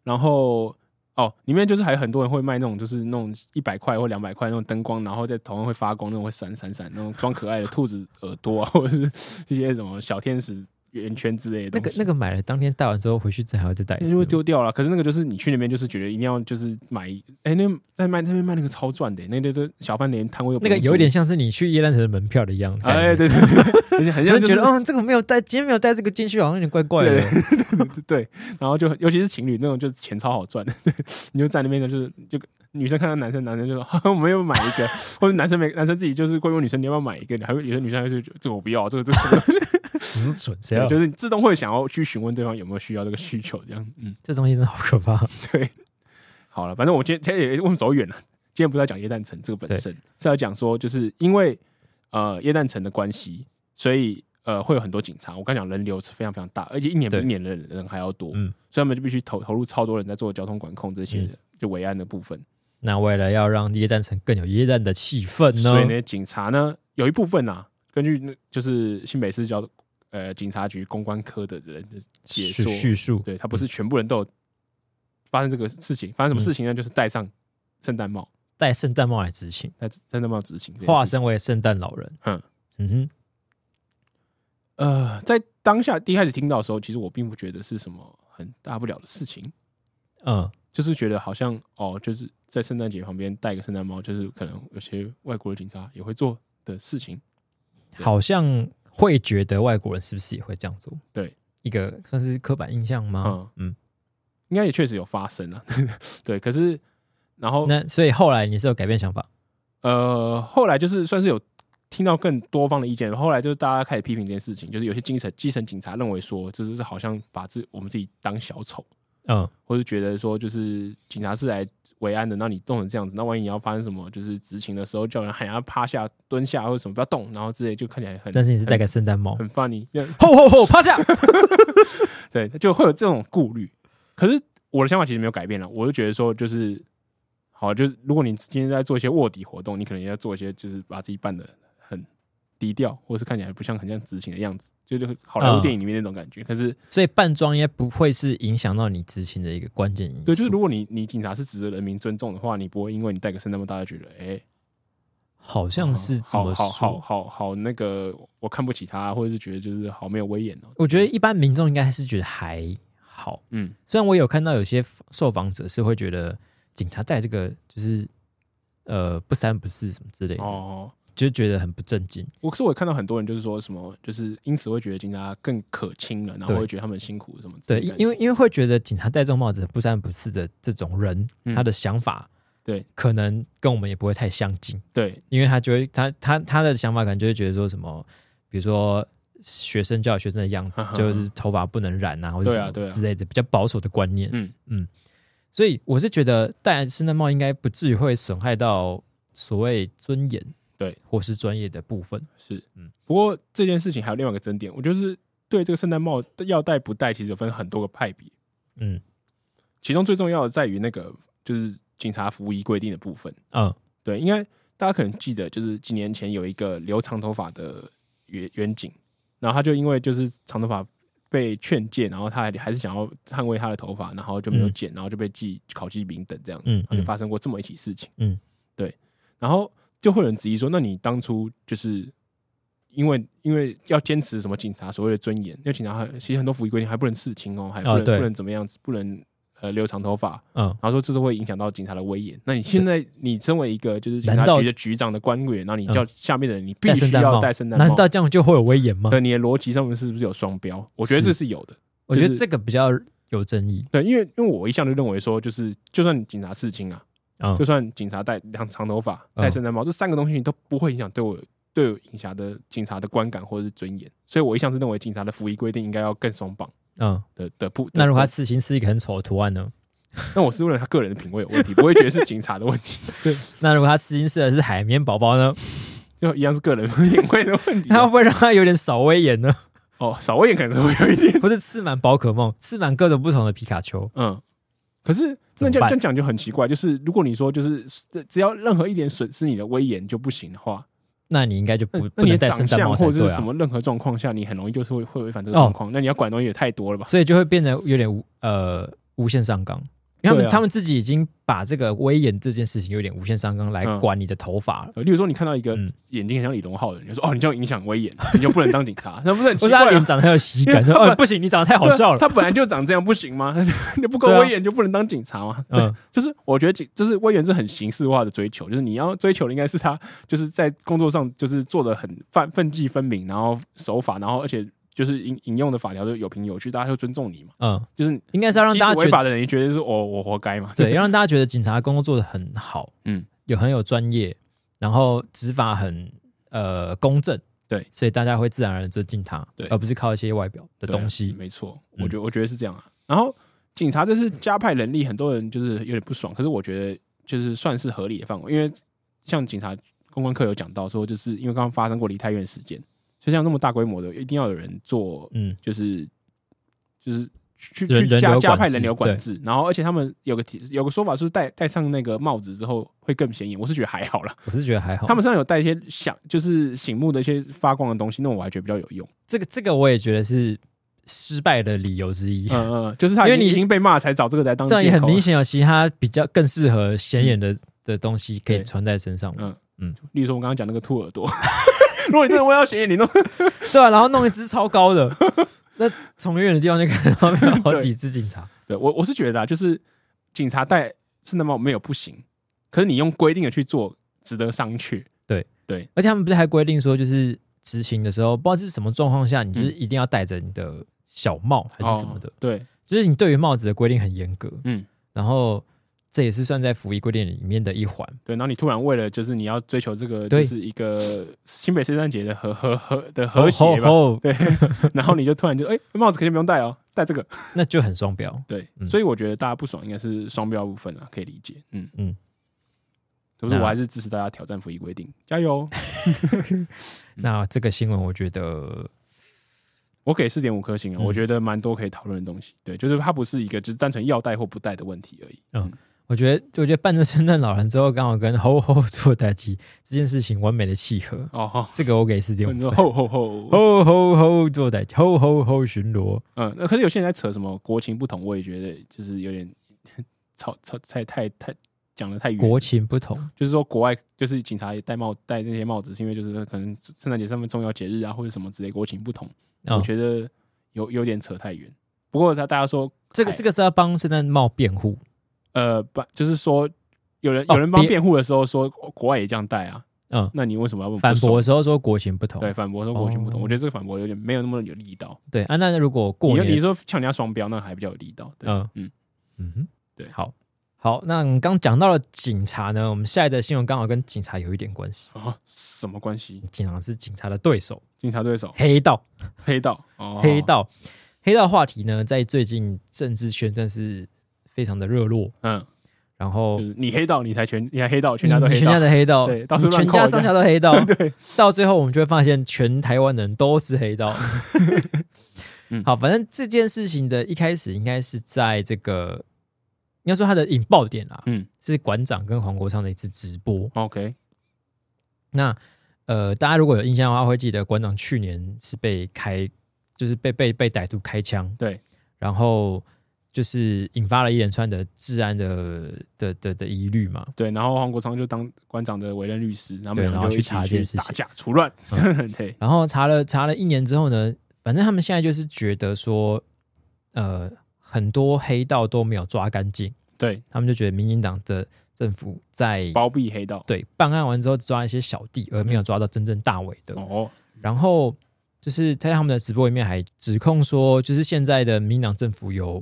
[SPEAKER 2] 然后哦，里面就是还有很多人会卖那种，就是那种一百块或两百块那种灯光，然后在头上会发光，那种会闪闪闪，那种装可爱的兔子耳朵啊，或者是一些什么小天使圆圈之类
[SPEAKER 1] 那
[SPEAKER 2] 的东
[SPEAKER 1] 个
[SPEAKER 2] 西。
[SPEAKER 1] 那个买了当天戴完之后回去再还要再戴一
[SPEAKER 2] 那
[SPEAKER 1] 次
[SPEAKER 2] 就会
[SPEAKER 1] 吗，
[SPEAKER 2] 丢掉了。可是那个就是你去那边就是觉得一定要就是买，哎、那在卖那边卖那个超赚的、那个都小贩连摊位都不
[SPEAKER 1] 那个
[SPEAKER 2] 用
[SPEAKER 1] 有
[SPEAKER 2] 租
[SPEAKER 1] 点，像是你去夜烂城的门票的一样的概念。
[SPEAKER 2] 哎，对 对对，对而且很
[SPEAKER 1] 你会
[SPEAKER 2] 像就
[SPEAKER 1] 觉
[SPEAKER 2] 是
[SPEAKER 1] 得，嗯，这个没有带，今天没有带这个进去，好像有点怪怪的
[SPEAKER 2] 对。对，然后就尤其是情侣那种，就是钱超好赚的，对，你就在那边呢，就是就女生看到男生，男生就说 我们要不要买一个，或者男生没男生自己就是会问女生你要不要买一个，你还会有些女生还会说这个我不要，这个这个什么东西
[SPEAKER 1] 什么蠢？谁要？
[SPEAKER 2] 就是你自动会想要去询问对方有没有需要这个需求，这样，嗯，
[SPEAKER 1] 这东西真的好可怕。
[SPEAKER 2] 好了，反正我今天哎也我们走远了， 今天不是要讲耶诞城这个本身，是要讲说就是因为呃耶诞城的关系，所以。呃，会有很多警察。我刚讲人流是非常非常大，而且一年比
[SPEAKER 1] 对
[SPEAKER 2] 一年的人人还要多。
[SPEAKER 1] 嗯，
[SPEAKER 2] 所以他们就必须投投入超多人在做交通管控这些的，就维安的部分。
[SPEAKER 1] 那为了要让夜战城更有夜战的气氛
[SPEAKER 2] 所以
[SPEAKER 1] 呢，
[SPEAKER 2] 呢，警察呢有一部分啊，根据那就是新北市交呃警察局公关科的人，解
[SPEAKER 1] 叙
[SPEAKER 2] 说
[SPEAKER 1] 叙述
[SPEAKER 2] 对他不是全部人
[SPEAKER 1] 嗯
[SPEAKER 2] 都有发生这个事情，发生什么事情呢？就是戴上圣诞帽，
[SPEAKER 1] 戴圣诞帽来执行，
[SPEAKER 2] 戴圣诞帽执勤这件事情
[SPEAKER 1] 化身为圣诞老人。
[SPEAKER 2] 嗯
[SPEAKER 1] 嗯哼，
[SPEAKER 2] 呃，在当下第一开始听到的时候，其实我并不觉得是什么很大不了的事情。
[SPEAKER 1] 嗯，
[SPEAKER 2] 就是觉得好像哦，就是在圣诞节旁边戴个圣诞帽，就是可能有些外国的警察也会做的事情。对
[SPEAKER 1] 好像会觉得外国人是不是也会这样做？
[SPEAKER 2] 对，
[SPEAKER 1] 一个算是刻板印象吗？嗯，
[SPEAKER 2] 应该也确实有发生啊。 对，可是然后
[SPEAKER 1] 嗯那所以后来你是有改变想法？
[SPEAKER 2] 呃，后来就是算是有听到更多方的意见，后来就是大家开始批评这件事情，就是有些基层基层警察认为说，就是是好像把自我们自己当小丑，
[SPEAKER 1] 嗯，
[SPEAKER 2] 或是觉得说就是警察是来维安的，那你弄成这样子，那万一你要发生什么，就是执勤的时候叫人喊他趴下、蹲下或者什么不要动，然后之类，就看起来很
[SPEAKER 1] 但是你是戴个圣诞帽，
[SPEAKER 2] 很 funny。
[SPEAKER 1] 吼吼吼，趴下！
[SPEAKER 2] 对，就会有这种顾虑。可是我的想法其实没有改变了，我就觉得说，就是好，就是如果你今天在做一些卧底活动，你可能也要做一些，就是把自己扮的很低调，或是看起来不像很像执勤的样子，就是好莱坞
[SPEAKER 1] 嗯
[SPEAKER 2] 电影里面那种感觉。可是，
[SPEAKER 1] 所以扮装应该不会是影响到你执行的一个关键因素。
[SPEAKER 2] 对，就是如果你你警察是值得人民尊重的话，你不会因为你戴个圣诞帽，大家觉得哎，
[SPEAKER 1] 好像是这
[SPEAKER 2] 嗯哦好
[SPEAKER 1] 么
[SPEAKER 2] 好好
[SPEAKER 1] 说。
[SPEAKER 2] 好好那个我看不起他，或者是觉得就是好没有威严哦。
[SPEAKER 1] 我觉得一般民众应该还是觉得还好。
[SPEAKER 2] 嗯，
[SPEAKER 1] 虽然我有看到有些受访者是会觉得警察带这个就是呃不三不四什么之类的，
[SPEAKER 2] 哦，
[SPEAKER 1] 就觉得很不正经。
[SPEAKER 2] 我可是我也看到很多人就是说什么，就是因此会觉得警察更可亲了，然后
[SPEAKER 1] 对
[SPEAKER 2] 会觉得他们辛苦什么之
[SPEAKER 1] 对，
[SPEAKER 2] 类的
[SPEAKER 1] 因因为因为会觉得警察戴这种帽子不三不四的这种人，
[SPEAKER 2] 嗯
[SPEAKER 1] 他的想法
[SPEAKER 2] 对
[SPEAKER 1] 可能跟我们也不会太相近，
[SPEAKER 2] 对
[SPEAKER 1] 因为他就会他他他的想法可能就会觉得说什么，比如说学生就要有学生的样子
[SPEAKER 2] 嗯，哼
[SPEAKER 1] 就是头发不能染啊，或者
[SPEAKER 2] 对
[SPEAKER 1] 什
[SPEAKER 2] 啊对
[SPEAKER 1] 么
[SPEAKER 2] 啊
[SPEAKER 1] 之类的比较保守的观念。
[SPEAKER 2] 嗯
[SPEAKER 1] 所以我是觉得戴圣诞帽应该不至于会损害到所谓尊严，
[SPEAKER 2] 对，
[SPEAKER 1] 或是专业的部分。
[SPEAKER 2] 是
[SPEAKER 1] 嗯。
[SPEAKER 2] 不过这件事情还有另外一个争点，我就是对这个圣诞帽要戴不戴，其实有分很多个派别，
[SPEAKER 1] 嗯
[SPEAKER 2] 其中最重要的在于那个就是警察服役规定的部分。
[SPEAKER 1] 嗯
[SPEAKER 2] 对，应该大家可能记得，就是几年前有一个留长头发的远远景，然后他就因为就是长头发被劝诫，然后他还还是想要捍卫他的头发，然后就没有
[SPEAKER 1] 嗯
[SPEAKER 2] 剪，然后就被记考鸡丙等这样，
[SPEAKER 1] 嗯
[SPEAKER 2] 然后
[SPEAKER 1] 嗯
[SPEAKER 2] 就发生过这么一起事情。
[SPEAKER 1] 嗯，
[SPEAKER 2] 对，然后就会有人质疑说，那你当初就是。因为因为要坚持什么警察所谓的尊严，因为警察还其实很多服役规定还不能刺青哦，还不
[SPEAKER 1] 哦
[SPEAKER 2] 能、
[SPEAKER 1] 对
[SPEAKER 2] 不能怎么样子，不能呃留长头发，
[SPEAKER 1] 嗯，
[SPEAKER 2] 然后说这是会影响到警察的威严。那你现在你身为一个就是警
[SPEAKER 1] 难
[SPEAKER 2] 察
[SPEAKER 1] 道
[SPEAKER 2] 局的局长的官员，然后你
[SPEAKER 1] 嗯
[SPEAKER 2] 叫下面的人，你必
[SPEAKER 1] 戴圣
[SPEAKER 2] 须
[SPEAKER 1] 诞
[SPEAKER 2] 要
[SPEAKER 1] 帽
[SPEAKER 2] 戴圣诞帽，
[SPEAKER 1] 难道这样就会有威严吗？
[SPEAKER 2] 对你的逻辑上面是不是有双标？我觉得
[SPEAKER 1] 是
[SPEAKER 2] 这是有的。
[SPEAKER 1] 我觉
[SPEAKER 2] 就
[SPEAKER 1] 得
[SPEAKER 2] 是
[SPEAKER 1] 这个比较有争议。
[SPEAKER 2] 对，因为因为我一向就认为说，就是就算警察刺青啊，
[SPEAKER 1] 嗯
[SPEAKER 2] 就算警察戴长长头发、
[SPEAKER 1] 嗯
[SPEAKER 2] 戴圣诞帽，这三个东西都不会影响对我对我警察的警察的观感或者是尊严。所以我一向是认为警察的服役规定应该要更松绑
[SPEAKER 1] 嗯，
[SPEAKER 2] 的的不。
[SPEAKER 1] 那如果他
[SPEAKER 2] 的
[SPEAKER 1] 刺青是一个很丑的图案呢？
[SPEAKER 2] 那我是为了他个人的品味有问题，不会觉得是警察的问题，
[SPEAKER 1] 那如果他刺青刺的是海绵宝宝呢？
[SPEAKER 2] 就一样是个人品味的问 题啊、
[SPEAKER 1] 他会不会让他有点少威严呢？
[SPEAKER 2] 哦，少威也可能是会有一 点，
[SPEAKER 1] 不是刺满宝可梦，刺满各种不同的皮卡丘。
[SPEAKER 2] 嗯。可是那
[SPEAKER 1] 怎么
[SPEAKER 2] 这样
[SPEAKER 1] 办
[SPEAKER 2] 这样讲就很奇怪，就是如果你说就是只要任何一点损失你的威严就不行的话，
[SPEAKER 1] 那你应该就
[SPEAKER 2] 那
[SPEAKER 1] 不
[SPEAKER 2] 那
[SPEAKER 1] 不
[SPEAKER 2] 你
[SPEAKER 1] 能
[SPEAKER 2] 的
[SPEAKER 1] 戴
[SPEAKER 2] 长
[SPEAKER 1] 圣诞
[SPEAKER 2] 相
[SPEAKER 1] 帽才
[SPEAKER 2] 或者是
[SPEAKER 1] 对
[SPEAKER 2] 什
[SPEAKER 1] 啊，哦
[SPEAKER 2] 么任何状况下，你很容易就是会会违反这个状况。那你要管的东西也太多了吧？
[SPEAKER 1] 所以就会变得有点无呃无限上纲。因为他们、
[SPEAKER 2] 对啊
[SPEAKER 1] 他们自己已经把这个威严这件事情有点无限上纲来
[SPEAKER 2] 嗯
[SPEAKER 1] 管你的头发了，
[SPEAKER 2] 呃例如说你看到一个
[SPEAKER 1] 嗯
[SPEAKER 2] 眼睛很像李荣浩的人，你就 说哦，你这样影响威严，你就不能当警察，那不是很
[SPEAKER 1] 不
[SPEAKER 2] 奇
[SPEAKER 1] 是他
[SPEAKER 2] 怪
[SPEAKER 1] 脸
[SPEAKER 2] 吗？
[SPEAKER 1] 长得很有喜
[SPEAKER 2] 因为
[SPEAKER 1] 感，
[SPEAKER 2] 他
[SPEAKER 1] 说
[SPEAKER 2] 本
[SPEAKER 1] 哦不行，你长得太好
[SPEAKER 2] 对啊
[SPEAKER 1] 笑了。
[SPEAKER 2] 他本来就长这样，不行吗？ 你不够
[SPEAKER 1] 对啊
[SPEAKER 2] 威严就不能当警察吗？对
[SPEAKER 1] 嗯，
[SPEAKER 2] 就是我觉得警就是威严是很形式化的追求，就是你要追求的应该是他就是在工作上就是做的很范分际分明，然后手法，然后而且就是引引用的法条都有凭有据，大家就尊重你嘛。
[SPEAKER 1] 嗯，
[SPEAKER 2] 就是
[SPEAKER 1] 应该是要让
[SPEAKER 2] 即
[SPEAKER 1] 大
[SPEAKER 2] 使
[SPEAKER 1] 家觉
[SPEAKER 2] 违
[SPEAKER 1] 得
[SPEAKER 2] 法的人也觉得说我我活该嘛。
[SPEAKER 1] 对，要让大家觉得警察工作做得很好，
[SPEAKER 2] 嗯
[SPEAKER 1] 嗯，有很有专业，然后执法很呃公正，
[SPEAKER 2] 对，
[SPEAKER 1] 所以大家会自然而然尊敬他，
[SPEAKER 2] 对
[SPEAKER 1] 而不是靠一些外表的
[SPEAKER 2] 对啊
[SPEAKER 1] 东西。
[SPEAKER 2] 没错，
[SPEAKER 1] 嗯
[SPEAKER 2] 我觉得我觉得是这样啊。然后警察这是加派人力，很多人就是有点不
[SPEAKER 1] 嗯
[SPEAKER 2] 爽，可是我觉得就是算是合理的范围，因为像警察公关课有讲到说，就是因为刚刚发生过梨泰院事件，就像那么大规模的，一定要有人做
[SPEAKER 1] 嗯，
[SPEAKER 2] 就是就是去
[SPEAKER 1] 人
[SPEAKER 2] 去
[SPEAKER 1] 人
[SPEAKER 2] 加
[SPEAKER 1] 流
[SPEAKER 2] 加
[SPEAKER 1] 管
[SPEAKER 2] 派
[SPEAKER 1] 制
[SPEAKER 2] 人流管制，然后而且他们有个提有个说法是戴戴上那个帽子之后会更显眼，我是觉得还好啦。
[SPEAKER 1] 我是觉得还好。
[SPEAKER 2] 他们身上有戴一些响就是醒目的一些发光的东西，那我还觉得比较有用。
[SPEAKER 1] 这个这个我也觉得是失败的理由之一，
[SPEAKER 2] 嗯嗯，就是他
[SPEAKER 1] 因为
[SPEAKER 2] 因为你
[SPEAKER 1] 你
[SPEAKER 2] 已经被骂才找这个来当
[SPEAKER 1] 这样
[SPEAKER 2] 借
[SPEAKER 1] 也很
[SPEAKER 2] 口啊
[SPEAKER 1] 明。显有其他比较更适合显眼的、的东西可以
[SPEAKER 2] 对
[SPEAKER 1] 穿在身上嘛。
[SPEAKER 2] 嗯例如说我刚刚讲那个兔耳朵， 如果你真的我要显眼，你弄
[SPEAKER 1] 对啊，然后弄一只超高 的，那从远的地方就看到有好几只警察。
[SPEAKER 2] 对我我是觉得啊，就是警察戴圣诞帽没有不行，可是你用规定的去做，值得商榷。
[SPEAKER 1] 而且他们不是还规定说，就是执勤的时候，不知道是什么状况下，你就是一定要戴着你的小帽还是什么的，
[SPEAKER 2] 哦？对，
[SPEAKER 1] 就是你对于帽子的规定很严格。
[SPEAKER 2] 嗯，
[SPEAKER 1] 然后这也是算在服役规定里面的一环。
[SPEAKER 2] 对，然后你突然为了就是你要追求这个，就
[SPEAKER 1] 对
[SPEAKER 2] 是一个新北圣诞节的和和和的和
[SPEAKER 1] 哦
[SPEAKER 2] 谐吧，
[SPEAKER 1] 吼吼
[SPEAKER 2] 然后你就突然就哎、帽子可以不用戴哦，戴这个，
[SPEAKER 1] 那就很双标。
[SPEAKER 2] 对，
[SPEAKER 1] 嗯
[SPEAKER 2] 所以我觉得大家不爽应该是双标部分啊，可以理解，嗯嗯
[SPEAKER 1] 嗯，
[SPEAKER 2] 可是我
[SPEAKER 1] 那
[SPEAKER 2] 还是支持大家挑战服役规定，加油！
[SPEAKER 1] 那这个新闻，我觉得
[SPEAKER 2] 我给四点五颗星啊，
[SPEAKER 1] 嗯
[SPEAKER 2] 我觉得蛮多可以讨论的东西，对，就是它不是一个只是单纯要戴或不戴的问题而已，
[SPEAKER 1] 我觉得，我觉得扮成圣诞老人之后，刚好跟吼吼做代机这件事情完美的契 合。
[SPEAKER 2] 哦哈，
[SPEAKER 1] 这个我给四点
[SPEAKER 2] 你
[SPEAKER 1] 五
[SPEAKER 2] 说
[SPEAKER 1] 分。
[SPEAKER 2] 嗯 吼吼吼，
[SPEAKER 1] 吼吼吼做代机，吼吼吼巡逻。
[SPEAKER 2] 嗯，那可是有些人在扯什么国情不同，我也觉得就是有点 超超太太太讲的太远了，
[SPEAKER 1] 国情不同，
[SPEAKER 2] 就是说国外就是警察也戴帽戴那些帽子，是因为就是可能圣诞节上面重要节日啊，或者什么之类，国情不同，
[SPEAKER 1] 嗯
[SPEAKER 2] 我觉得有有点扯太远。不过他大家说
[SPEAKER 1] 这个这个是要帮圣诞帽辩护，
[SPEAKER 2] 呃，不，就是说有人
[SPEAKER 1] 哦
[SPEAKER 2] 有人帮
[SPEAKER 1] 别
[SPEAKER 2] 辩护的时候说国国外也这样戴啊，
[SPEAKER 1] 嗯，
[SPEAKER 2] 那你为什么要不
[SPEAKER 1] 反
[SPEAKER 2] 爽
[SPEAKER 1] 驳的时候说国情不同，
[SPEAKER 2] 对，反驳说国情不同，
[SPEAKER 1] 哦
[SPEAKER 2] 我觉得这个反驳有点没有那么有力道。
[SPEAKER 1] 对啊，那如果过
[SPEAKER 2] 你
[SPEAKER 1] 年
[SPEAKER 2] 你说呛人家双标，那还比较有力道。对，
[SPEAKER 1] 嗯
[SPEAKER 2] 嗯
[SPEAKER 1] 嗯哼，
[SPEAKER 2] 对
[SPEAKER 1] 好好，那我们刚讲到了警察呢，我们下一则新闻刚好跟警察有一点关系，
[SPEAKER 2] 啊，什么关系？
[SPEAKER 1] 警察是警察的对手，
[SPEAKER 2] 警察对手，
[SPEAKER 1] 黑道，
[SPEAKER 2] 黑道，哦
[SPEAKER 1] 黑，道，黑道话题呢，在最近政治圈算是非常的热络，
[SPEAKER 2] 嗯，
[SPEAKER 1] 然
[SPEAKER 2] 就
[SPEAKER 1] 后
[SPEAKER 2] 是你黑道，你才全，你还黑道，全家都
[SPEAKER 1] 哦嗯你
[SPEAKER 2] 黑
[SPEAKER 1] 全家
[SPEAKER 2] 道，
[SPEAKER 1] 的黑道，
[SPEAKER 2] 对到处
[SPEAKER 1] 你
[SPEAKER 2] 乱
[SPEAKER 1] 全
[SPEAKER 2] 扣
[SPEAKER 1] 家
[SPEAKER 2] 这
[SPEAKER 1] 上
[SPEAKER 2] 样
[SPEAKER 1] 下都黑道，
[SPEAKER 2] 对，
[SPEAKER 1] 到最后我们就会发现，全台湾人都是黑 道
[SPEAKER 2] 嗯。
[SPEAKER 1] 好，反正这件事情的一开始应该是在这个，应该说它的引爆点啦，
[SPEAKER 2] 嗯
[SPEAKER 1] 是馆长跟黄国昌的一次直播。
[SPEAKER 2] ，OK，
[SPEAKER 1] 那呃，大家如果有印象的话，会记得馆长去年是被开，就是被被被歹徒开枪，
[SPEAKER 2] 对，
[SPEAKER 1] 然后就是引发了一连串的治安的的的的疑虑嘛。
[SPEAKER 2] 对，然后黄国昌就当馆长的委任律师，然后他们
[SPEAKER 1] 对
[SPEAKER 2] 两
[SPEAKER 1] 然
[SPEAKER 2] 个
[SPEAKER 1] 后
[SPEAKER 2] 就
[SPEAKER 1] 去
[SPEAKER 2] 一起
[SPEAKER 1] 查这件事
[SPEAKER 2] 打
[SPEAKER 1] 情嗯
[SPEAKER 2] 架除乱，对，
[SPEAKER 1] 然后查了查了一年之后呢，反正他们现在就是觉得说，呃，很多黑道都没有抓干净，
[SPEAKER 2] 对，
[SPEAKER 1] 他们就觉得民进党的政府在
[SPEAKER 2] 包庇黑道，
[SPEAKER 1] 对办案完之后抓一些小弟，而没有抓到真正大尾的。
[SPEAKER 2] 哦，
[SPEAKER 1] 然后就是他在他们的直播里面还指控说，就是现在的民进党政府有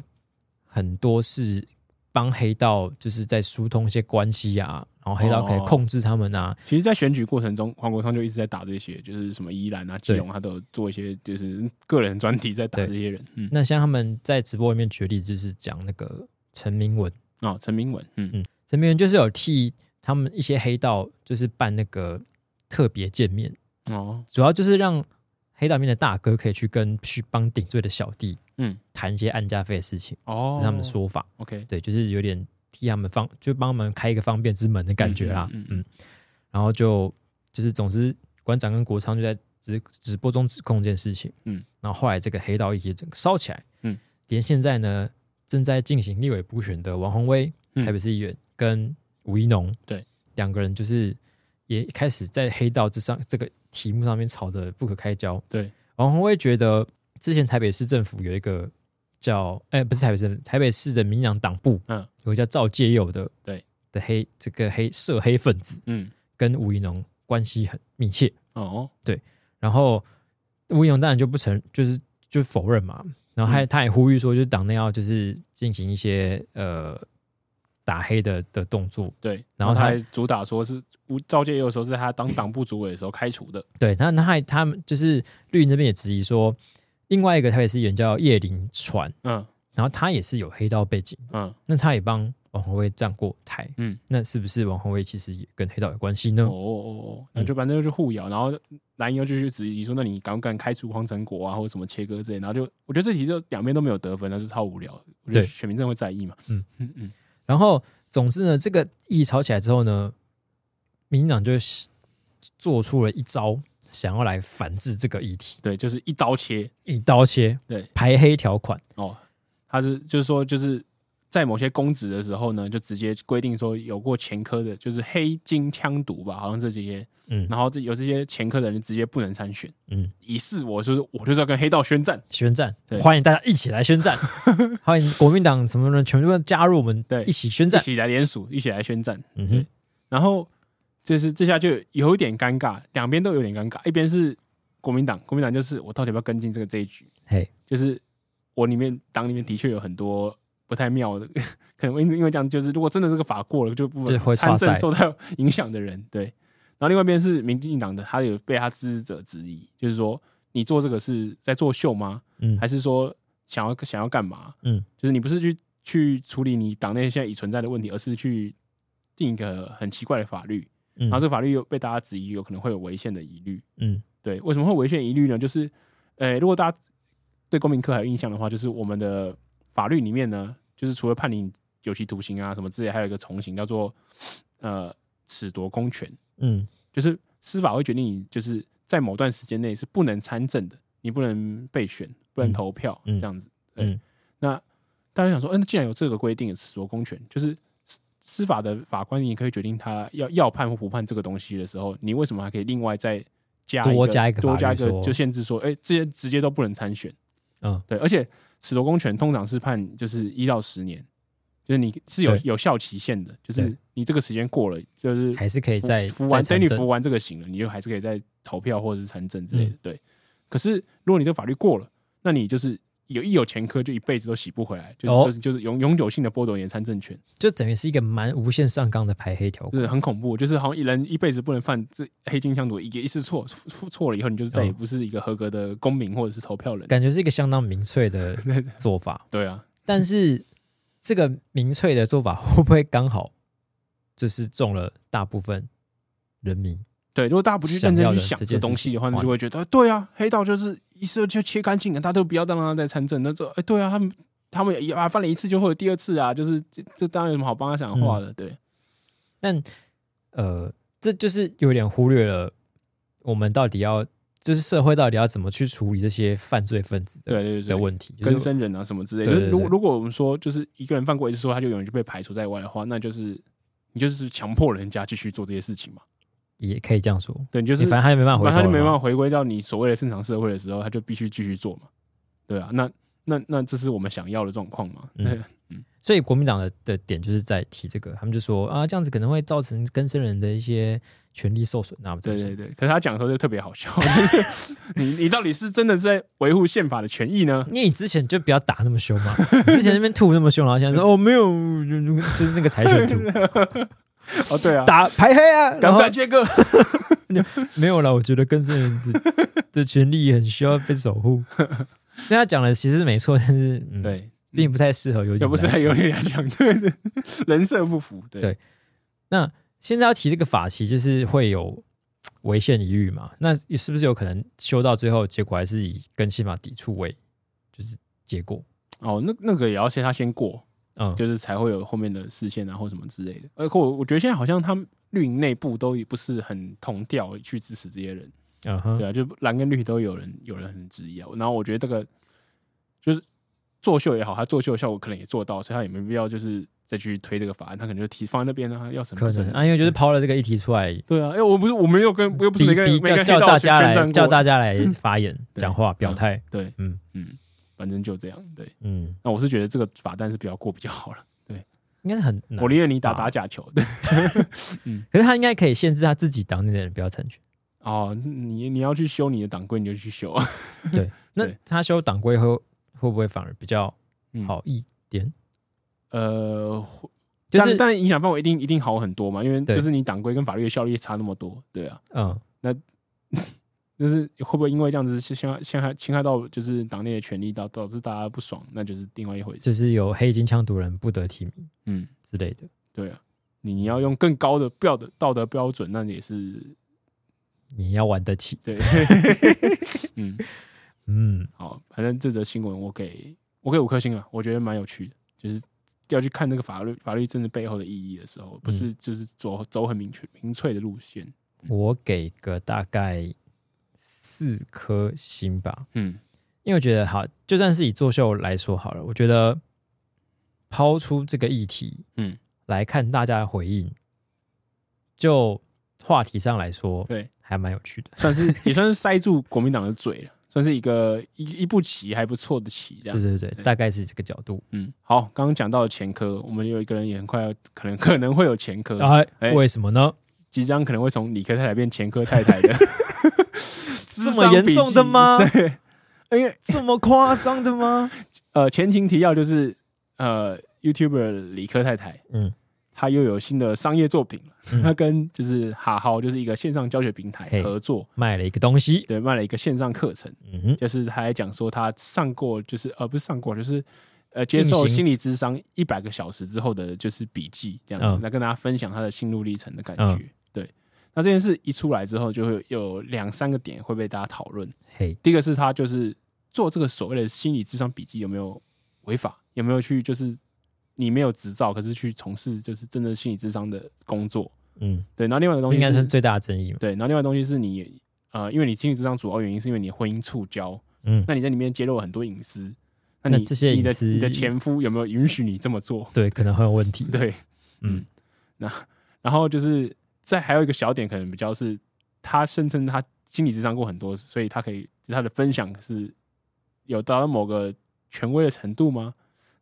[SPEAKER 1] 很多是帮黑道就是在疏通一些关系啊，然后黑道可以
[SPEAKER 2] 哦
[SPEAKER 1] 控制他们啊，
[SPEAKER 2] 其实，在选举过程中，黄国昌就一直在打这些，就是什么宜兰啊、基隆，他都有做一些就是个人专题在打
[SPEAKER 1] 对
[SPEAKER 2] 这些人。嗯，
[SPEAKER 1] 那像他们在直播里面举例就是讲那个陈明文。
[SPEAKER 2] 哦，陈明文，嗯，
[SPEAKER 1] 陈明仁就是有替他们一些黑道，就是办那个特别见面，
[SPEAKER 2] 哦，
[SPEAKER 1] 主要就是让黑道里面的大哥可以去跟去帮顶罪的小弟，
[SPEAKER 2] 嗯，
[SPEAKER 1] 谈一些安家费的事情，这
[SPEAKER 2] 哦，
[SPEAKER 1] 是他们的说法。
[SPEAKER 2] ，OK，
[SPEAKER 1] 对，就是有点替他们方，就帮他们开一个方便之门的感觉啦。嗯，
[SPEAKER 2] 嗯嗯嗯
[SPEAKER 1] 然后就就是总之，馆长跟国昌就在直直播中指控这件事情。
[SPEAKER 2] 嗯
[SPEAKER 1] 嗯，然后后来这个黑道议题整个烧起来。
[SPEAKER 2] 嗯
[SPEAKER 1] 嗯，连现在呢正在进行立委补选的王宏威，
[SPEAKER 2] 嗯
[SPEAKER 1] 台北市议员、跟吴一农，
[SPEAKER 2] 对
[SPEAKER 1] 两个人就是也开始在黑道之上这个题目上面吵得不可开交。
[SPEAKER 2] 对，
[SPEAKER 1] 王宏威哦觉得之前台北市政府有一个叫哎、不是台北市，台北市的民进党党部，
[SPEAKER 2] 嗯
[SPEAKER 1] 嗯，有个叫赵介佑的，
[SPEAKER 2] 对
[SPEAKER 1] 的黑这个黑涉黑分子
[SPEAKER 2] 嗯，
[SPEAKER 1] 跟吴怡农关系很密切，
[SPEAKER 2] 哦，
[SPEAKER 1] 然后吴怡农当然就不承，就是就否认嘛，然后他、他也呼吁说，就是党内要就是进行一些呃打黑的的动作，
[SPEAKER 2] 对，
[SPEAKER 1] 然后
[SPEAKER 2] 他
[SPEAKER 1] 他
[SPEAKER 2] 还主打说是吴赵介佑时候是他当党部主委的时候开除的，
[SPEAKER 1] 对，他那还他们就是绿营这边也质疑说，另外一个台北市议员叫叶林传，
[SPEAKER 2] 嗯
[SPEAKER 1] 然后他也是有黑道背景。
[SPEAKER 2] 嗯，
[SPEAKER 1] 那他也帮王宏威站过台，
[SPEAKER 2] 嗯
[SPEAKER 1] 嗯，那是不是王宏威其实也跟黑道有关系呢？
[SPEAKER 2] 哦哦哦，
[SPEAKER 1] 嗯
[SPEAKER 2] 那就反正就互咬，然后蓝营又继续质疑说，那你敢不敢开除黄成国啊，或者什么切割之类，然后就我觉得这题就两边都没有得分，那是超无聊的，我觉得
[SPEAKER 1] 对
[SPEAKER 2] 选民真的会在意嘛，
[SPEAKER 1] 嗯
[SPEAKER 2] 嗯嗯，
[SPEAKER 1] 然后，总之呢，这个议题吵起来之后呢，民进党就是做出了一招，想要来反制这个议题，
[SPEAKER 2] 对，就是一刀切，
[SPEAKER 1] 一刀切，
[SPEAKER 2] 对，
[SPEAKER 1] 排黑条款，
[SPEAKER 2] 哦，他是就是说就是在某些公职的时候呢，就直接规定说有过前科的，就是黑金枪毒吧，好像这些，
[SPEAKER 1] 嗯
[SPEAKER 2] 然后这有这些前科的人直接不能参选，
[SPEAKER 1] 嗯，
[SPEAKER 2] 以示我就是我就是要跟黑道宣战，
[SPEAKER 1] 宣战
[SPEAKER 2] 对，
[SPEAKER 1] 欢迎大家一起来宣 战，欢迎国民党什么人全部都加入我们，
[SPEAKER 2] 对
[SPEAKER 1] 一起宣
[SPEAKER 2] 一
[SPEAKER 1] 战，
[SPEAKER 2] 起来联署，一起来宣战，
[SPEAKER 1] 嗯哼，
[SPEAKER 2] 然后就是这下就有一点尴尬，两边都有点尴尬，一边是国民党，国民党就是我到底要不要跟进这个这一局，
[SPEAKER 1] 嘿，
[SPEAKER 2] 就是我里面党里面的确有很多不太妙的， 可能因为因为这样，就是如果真的这个法过了，就不
[SPEAKER 1] 就会
[SPEAKER 2] 参
[SPEAKER 1] 岔
[SPEAKER 2] 政
[SPEAKER 1] 赛
[SPEAKER 2] 受到影响的人，对。然后另外一边是民进党的，他有被他支持者质疑，就是说你做这个是在作秀吗？
[SPEAKER 1] 嗯
[SPEAKER 2] 还是说想要想要干嘛？
[SPEAKER 1] 嗯，
[SPEAKER 2] 就是你不是去去处理你党内现在已存在的问题，而是去定一个很奇怪的法律，
[SPEAKER 1] 嗯
[SPEAKER 2] 然后这个法律又被大家质疑，有可能会有违宪的疑虑。
[SPEAKER 1] 嗯
[SPEAKER 2] 对，为什么会有违宪疑虑呢？就是，呃，如果大家对公民课还有印象的话，就是我们的法律里面呢，就是除了判你有期徒刑啊什么之类，还有一个从刑叫做呃褫夺公权，
[SPEAKER 1] 嗯
[SPEAKER 2] 就是司法会决定你就是在某段时间内是不能参政的，你不能备选，不能
[SPEAKER 1] 嗯
[SPEAKER 2] 投票、
[SPEAKER 1] 嗯
[SPEAKER 2] 这样子。对，
[SPEAKER 1] 嗯
[SPEAKER 2] 那大家想说，嗯、那既然有这个规定褫夺公权，就是司司法的法官你可以决定他要要判或不判这个东西的时候，你为什么还可以另外再加一个
[SPEAKER 1] 多加一个
[SPEAKER 2] 多
[SPEAKER 1] 法律
[SPEAKER 2] 加一个
[SPEAKER 1] 说
[SPEAKER 2] 就限制说，哎、这些直接都不能参选，
[SPEAKER 1] 嗯，
[SPEAKER 2] 对，而且褫夺公权通常是判就是一到十年，就是你是有
[SPEAKER 1] 对
[SPEAKER 2] 有效期限的，就是
[SPEAKER 1] 对
[SPEAKER 2] 你这个时间过了，就是
[SPEAKER 1] 嗯还是可以
[SPEAKER 2] 服
[SPEAKER 1] 再
[SPEAKER 2] 服
[SPEAKER 1] 再
[SPEAKER 2] 完，等你
[SPEAKER 1] 参政
[SPEAKER 2] 服完这个刑了，你就还是可以再投票或者是参政之类
[SPEAKER 1] 嗯
[SPEAKER 2] 的。对，可是如果你这个法律过了，那你就是有一有前科，就一辈子都洗不回来，就是、
[SPEAKER 1] 哦
[SPEAKER 2] 就是就是永永久性的剥夺你的参政权，
[SPEAKER 1] 就等于是一个蛮无限上纲的排黑条
[SPEAKER 2] 就
[SPEAKER 1] 款。
[SPEAKER 2] 是很恐怖。就是好像一人一辈子不能犯这黑金相夺，一个一次错错错了以后，你就是再也
[SPEAKER 1] 哦
[SPEAKER 2] 不是一个合格的公民或者是投票人。
[SPEAKER 1] 感觉是一个相当民粹 的做法，
[SPEAKER 2] 对啊，
[SPEAKER 1] 但是这个民粹的做法会不会刚好就是中了大部分人民？
[SPEAKER 2] 对，如果大家不去认
[SPEAKER 1] 想
[SPEAKER 2] 真
[SPEAKER 1] 要
[SPEAKER 2] 去
[SPEAKER 1] 的
[SPEAKER 2] 想
[SPEAKER 1] 这
[SPEAKER 2] 这
[SPEAKER 1] 件
[SPEAKER 2] 个
[SPEAKER 1] 事
[SPEAKER 2] 东西的话，
[SPEAKER 1] 情
[SPEAKER 2] 你就会觉得，对啊，黑道就是一次就切干净了，大家都不要再让他再参政。那这，哎，对啊，他们他们也啊犯了一次就会有第二次啊，就是这这当然有什么好帮他讲
[SPEAKER 1] 嗯
[SPEAKER 2] 话的？对，
[SPEAKER 1] 但呃，这就是有点忽略了我们到底要就是社会到底要怎么去处理这些犯罪分子的
[SPEAKER 2] 对对对
[SPEAKER 1] 的
[SPEAKER 2] 对，
[SPEAKER 1] 问题，就是
[SPEAKER 2] 跟生人啊什么之类的。
[SPEAKER 1] 对
[SPEAKER 2] 就
[SPEAKER 1] 对
[SPEAKER 2] 是如
[SPEAKER 1] 对
[SPEAKER 2] 如果我们说就是一个人犯过一次错，他就永远就被排除在外的话，那就是你就是强迫人家继续做这些事情嘛。
[SPEAKER 1] 也可以这样说，
[SPEAKER 2] 对，你就是
[SPEAKER 1] 你反正他也没办法回
[SPEAKER 2] 那
[SPEAKER 1] 头
[SPEAKER 2] 他
[SPEAKER 1] 了
[SPEAKER 2] 就没办
[SPEAKER 1] 嘛，
[SPEAKER 2] 法回归到你所谓的正常社会的时候，他就必须继续做嘛。对啊，那那那这是我们想要的状况嘛？
[SPEAKER 1] 嗯
[SPEAKER 2] 对，
[SPEAKER 1] 所以国民党的的点就是在提这个，他们就说啊，这样子可能会造成更生人的一些权利受损啊，
[SPEAKER 2] 对
[SPEAKER 1] 这
[SPEAKER 2] 对对，可是他讲的时候就特别好 笑，就是你你到底是真的是在维护宪法的权益呢？
[SPEAKER 1] 因为你之前就不要打那么凶嘛， 你之前那边吐那么凶，然后现 在说哦没有，就就就是那个柴犬吐
[SPEAKER 2] 哦， 对啊，
[SPEAKER 1] 打排黑啊，然
[SPEAKER 2] 敢
[SPEAKER 1] 后
[SPEAKER 2] 不敢切割？
[SPEAKER 1] 没有啦，我觉得更生人的的权利很需要被守 护。所以他讲的其实没错，但是、嗯、，
[SPEAKER 2] 对，
[SPEAKER 1] 并不太适合有
[SPEAKER 2] 又不是很有理来讲，对对，人设不符，对
[SPEAKER 1] 对现在要提这个法期，就是会有违宪疑虑嘛？那是不是有可能修到最后，结果还是以跟宪法抵触为就是结果？
[SPEAKER 2] 哦，那那个也要先他先过，
[SPEAKER 1] 嗯，
[SPEAKER 2] 就是才会有后面的视线啊或什么之类的。而且我我觉得现在好像他们绿营内部都不是很同调去支持这些人，
[SPEAKER 1] 嗯哼，
[SPEAKER 2] 对啊，就蓝跟绿都有人有人很质疑啊。然后我觉得这个就是作秀也好，他作秀的效果可能也做到，所以他也没必要就是再去推这个法案，他可能就提放在那边啊，要什
[SPEAKER 1] 可
[SPEAKER 2] 么
[SPEAKER 1] 能啊，因为就是抛了这个议题出来，
[SPEAKER 2] 对啊，因为我不是我没有跟我又不是
[SPEAKER 1] 逼
[SPEAKER 2] 没跟
[SPEAKER 1] 逼
[SPEAKER 2] 没跟
[SPEAKER 1] 叫叫
[SPEAKER 2] 黑道
[SPEAKER 1] 大
[SPEAKER 2] 宣
[SPEAKER 1] 家
[SPEAKER 2] 宣
[SPEAKER 1] 来
[SPEAKER 2] 战
[SPEAKER 1] 叫
[SPEAKER 2] 过
[SPEAKER 1] 大家来发言、
[SPEAKER 2] 对
[SPEAKER 1] 讲话、表态。
[SPEAKER 2] 对，
[SPEAKER 1] 嗯
[SPEAKER 2] 嗯，反正就这样。对，
[SPEAKER 1] 嗯，
[SPEAKER 2] 那我是觉得这个法案是比较过比较好了。
[SPEAKER 1] 应该是很难
[SPEAKER 2] 我。宁愿你打
[SPEAKER 1] 啊
[SPEAKER 2] 打假球，对
[SPEAKER 1] 可是他应该可以限制他自己党内的人不要参选。
[SPEAKER 2] 哦，你你要去修你的党规，你就去修。啊
[SPEAKER 1] 对，那
[SPEAKER 2] 对
[SPEAKER 1] 他修党规后会不会反而比较好一点？
[SPEAKER 2] 嗯呃，
[SPEAKER 1] 就
[SPEAKER 2] 但
[SPEAKER 1] 是
[SPEAKER 2] 但影响范围一定一定好很多嘛，因为
[SPEAKER 1] 对
[SPEAKER 2] 就是你党规跟法律的效力差那么多，对啊，
[SPEAKER 1] 嗯，
[SPEAKER 2] 就是会不会因为这样子侵害侵害侵害到就是党内的权利，导导致大家不爽，那就是另外一回
[SPEAKER 1] 就
[SPEAKER 2] 事。
[SPEAKER 1] 是有黑金枪毒人不得提名
[SPEAKER 2] 嗯，
[SPEAKER 1] 之类的，
[SPEAKER 2] 对啊，你你
[SPEAKER 1] 嗯
[SPEAKER 2] 要用更高的标的道德标准，那也是
[SPEAKER 1] 你要玩得起。
[SPEAKER 2] 对。嗯，
[SPEAKER 1] 嗯，
[SPEAKER 2] 好，反正这则新闻我给我给五颗星了，我觉得蛮有趣的，就是要去看那个法律法律真的背后的意义的时候，不
[SPEAKER 1] 嗯
[SPEAKER 2] 是就是走走很明确明确的路线。
[SPEAKER 1] 我给个大概四颗星吧，
[SPEAKER 2] 嗯
[SPEAKER 1] 因为我觉得好，就算是以作秀来说好了，我觉得抛出这个议题，
[SPEAKER 2] 嗯，
[SPEAKER 1] 来看大家的回应，就话题上来说，
[SPEAKER 2] 对，
[SPEAKER 1] 还蛮有趣的，
[SPEAKER 2] 算是也算是塞住国民党的嘴了，算是一个一一步棋还不错的棋这
[SPEAKER 1] 对
[SPEAKER 2] 样。
[SPEAKER 1] 对对，大概是这个角度。
[SPEAKER 2] 嗯，好，刚刚讲到了前科，我们有一个人也很快要可能可能会有前科，
[SPEAKER 1] 哎、
[SPEAKER 2] 哎
[SPEAKER 1] 为什么呢？
[SPEAKER 2] 即将可能会从理科太太变前科太太的，这
[SPEAKER 1] 这么严重的？ 吗？ 哎
[SPEAKER 2] 因为
[SPEAKER 1] 这么夸张的吗？
[SPEAKER 2] 呃，前情提要就是呃，YouTuber 理科太太，
[SPEAKER 1] 嗯，
[SPEAKER 2] 她又有新的商业作品了，
[SPEAKER 1] 嗯
[SPEAKER 2] 她跟就是哈豪就是一个线上教学平台
[SPEAKER 1] 嘿
[SPEAKER 2] 合作，
[SPEAKER 1] 卖了一个东西，
[SPEAKER 2] 对，卖了一个线上课程，
[SPEAKER 1] 嗯哼，
[SPEAKER 2] 就是她还讲说她上过，就是呃不是上过，就是呃接受
[SPEAKER 1] 进行
[SPEAKER 2] 心理智商一百个小时之后的，就是笔记这样子
[SPEAKER 1] 嗯，
[SPEAKER 2] 那、跟大家分享她的心路历程的感觉。
[SPEAKER 1] 嗯
[SPEAKER 2] 对，那这件事一出来之后，就会有两三个点会被大家讨论。
[SPEAKER 1] 嘿，
[SPEAKER 2] 第一个是他就是做这个所谓的心理智商笔记有没有违法，有没有去就是你没有执照，可是去从事就是真的心理智商的工作。
[SPEAKER 1] 嗯，
[SPEAKER 2] 对，然后另外一个东
[SPEAKER 1] 这
[SPEAKER 2] 西
[SPEAKER 1] 应该是
[SPEAKER 2] 是，
[SPEAKER 1] 最大的争议嘛，
[SPEAKER 2] 对，然后另外一个东西是你呃，因为你心理智商主要原因是因为你婚姻触礁，
[SPEAKER 1] 嗯，
[SPEAKER 2] 那你在里面揭露了很多隐私，那你
[SPEAKER 1] 那这些
[SPEAKER 2] 你的
[SPEAKER 1] 隐私
[SPEAKER 2] 你的前夫有没有允许你这么做？
[SPEAKER 1] 对，可能很有问题，
[SPEAKER 2] 对，
[SPEAKER 1] 嗯
[SPEAKER 2] 然后就是再还有一个小点，可能比较是他声称他心理智商过很多，所以他可以他的分享是有达到某个权威的程度吗？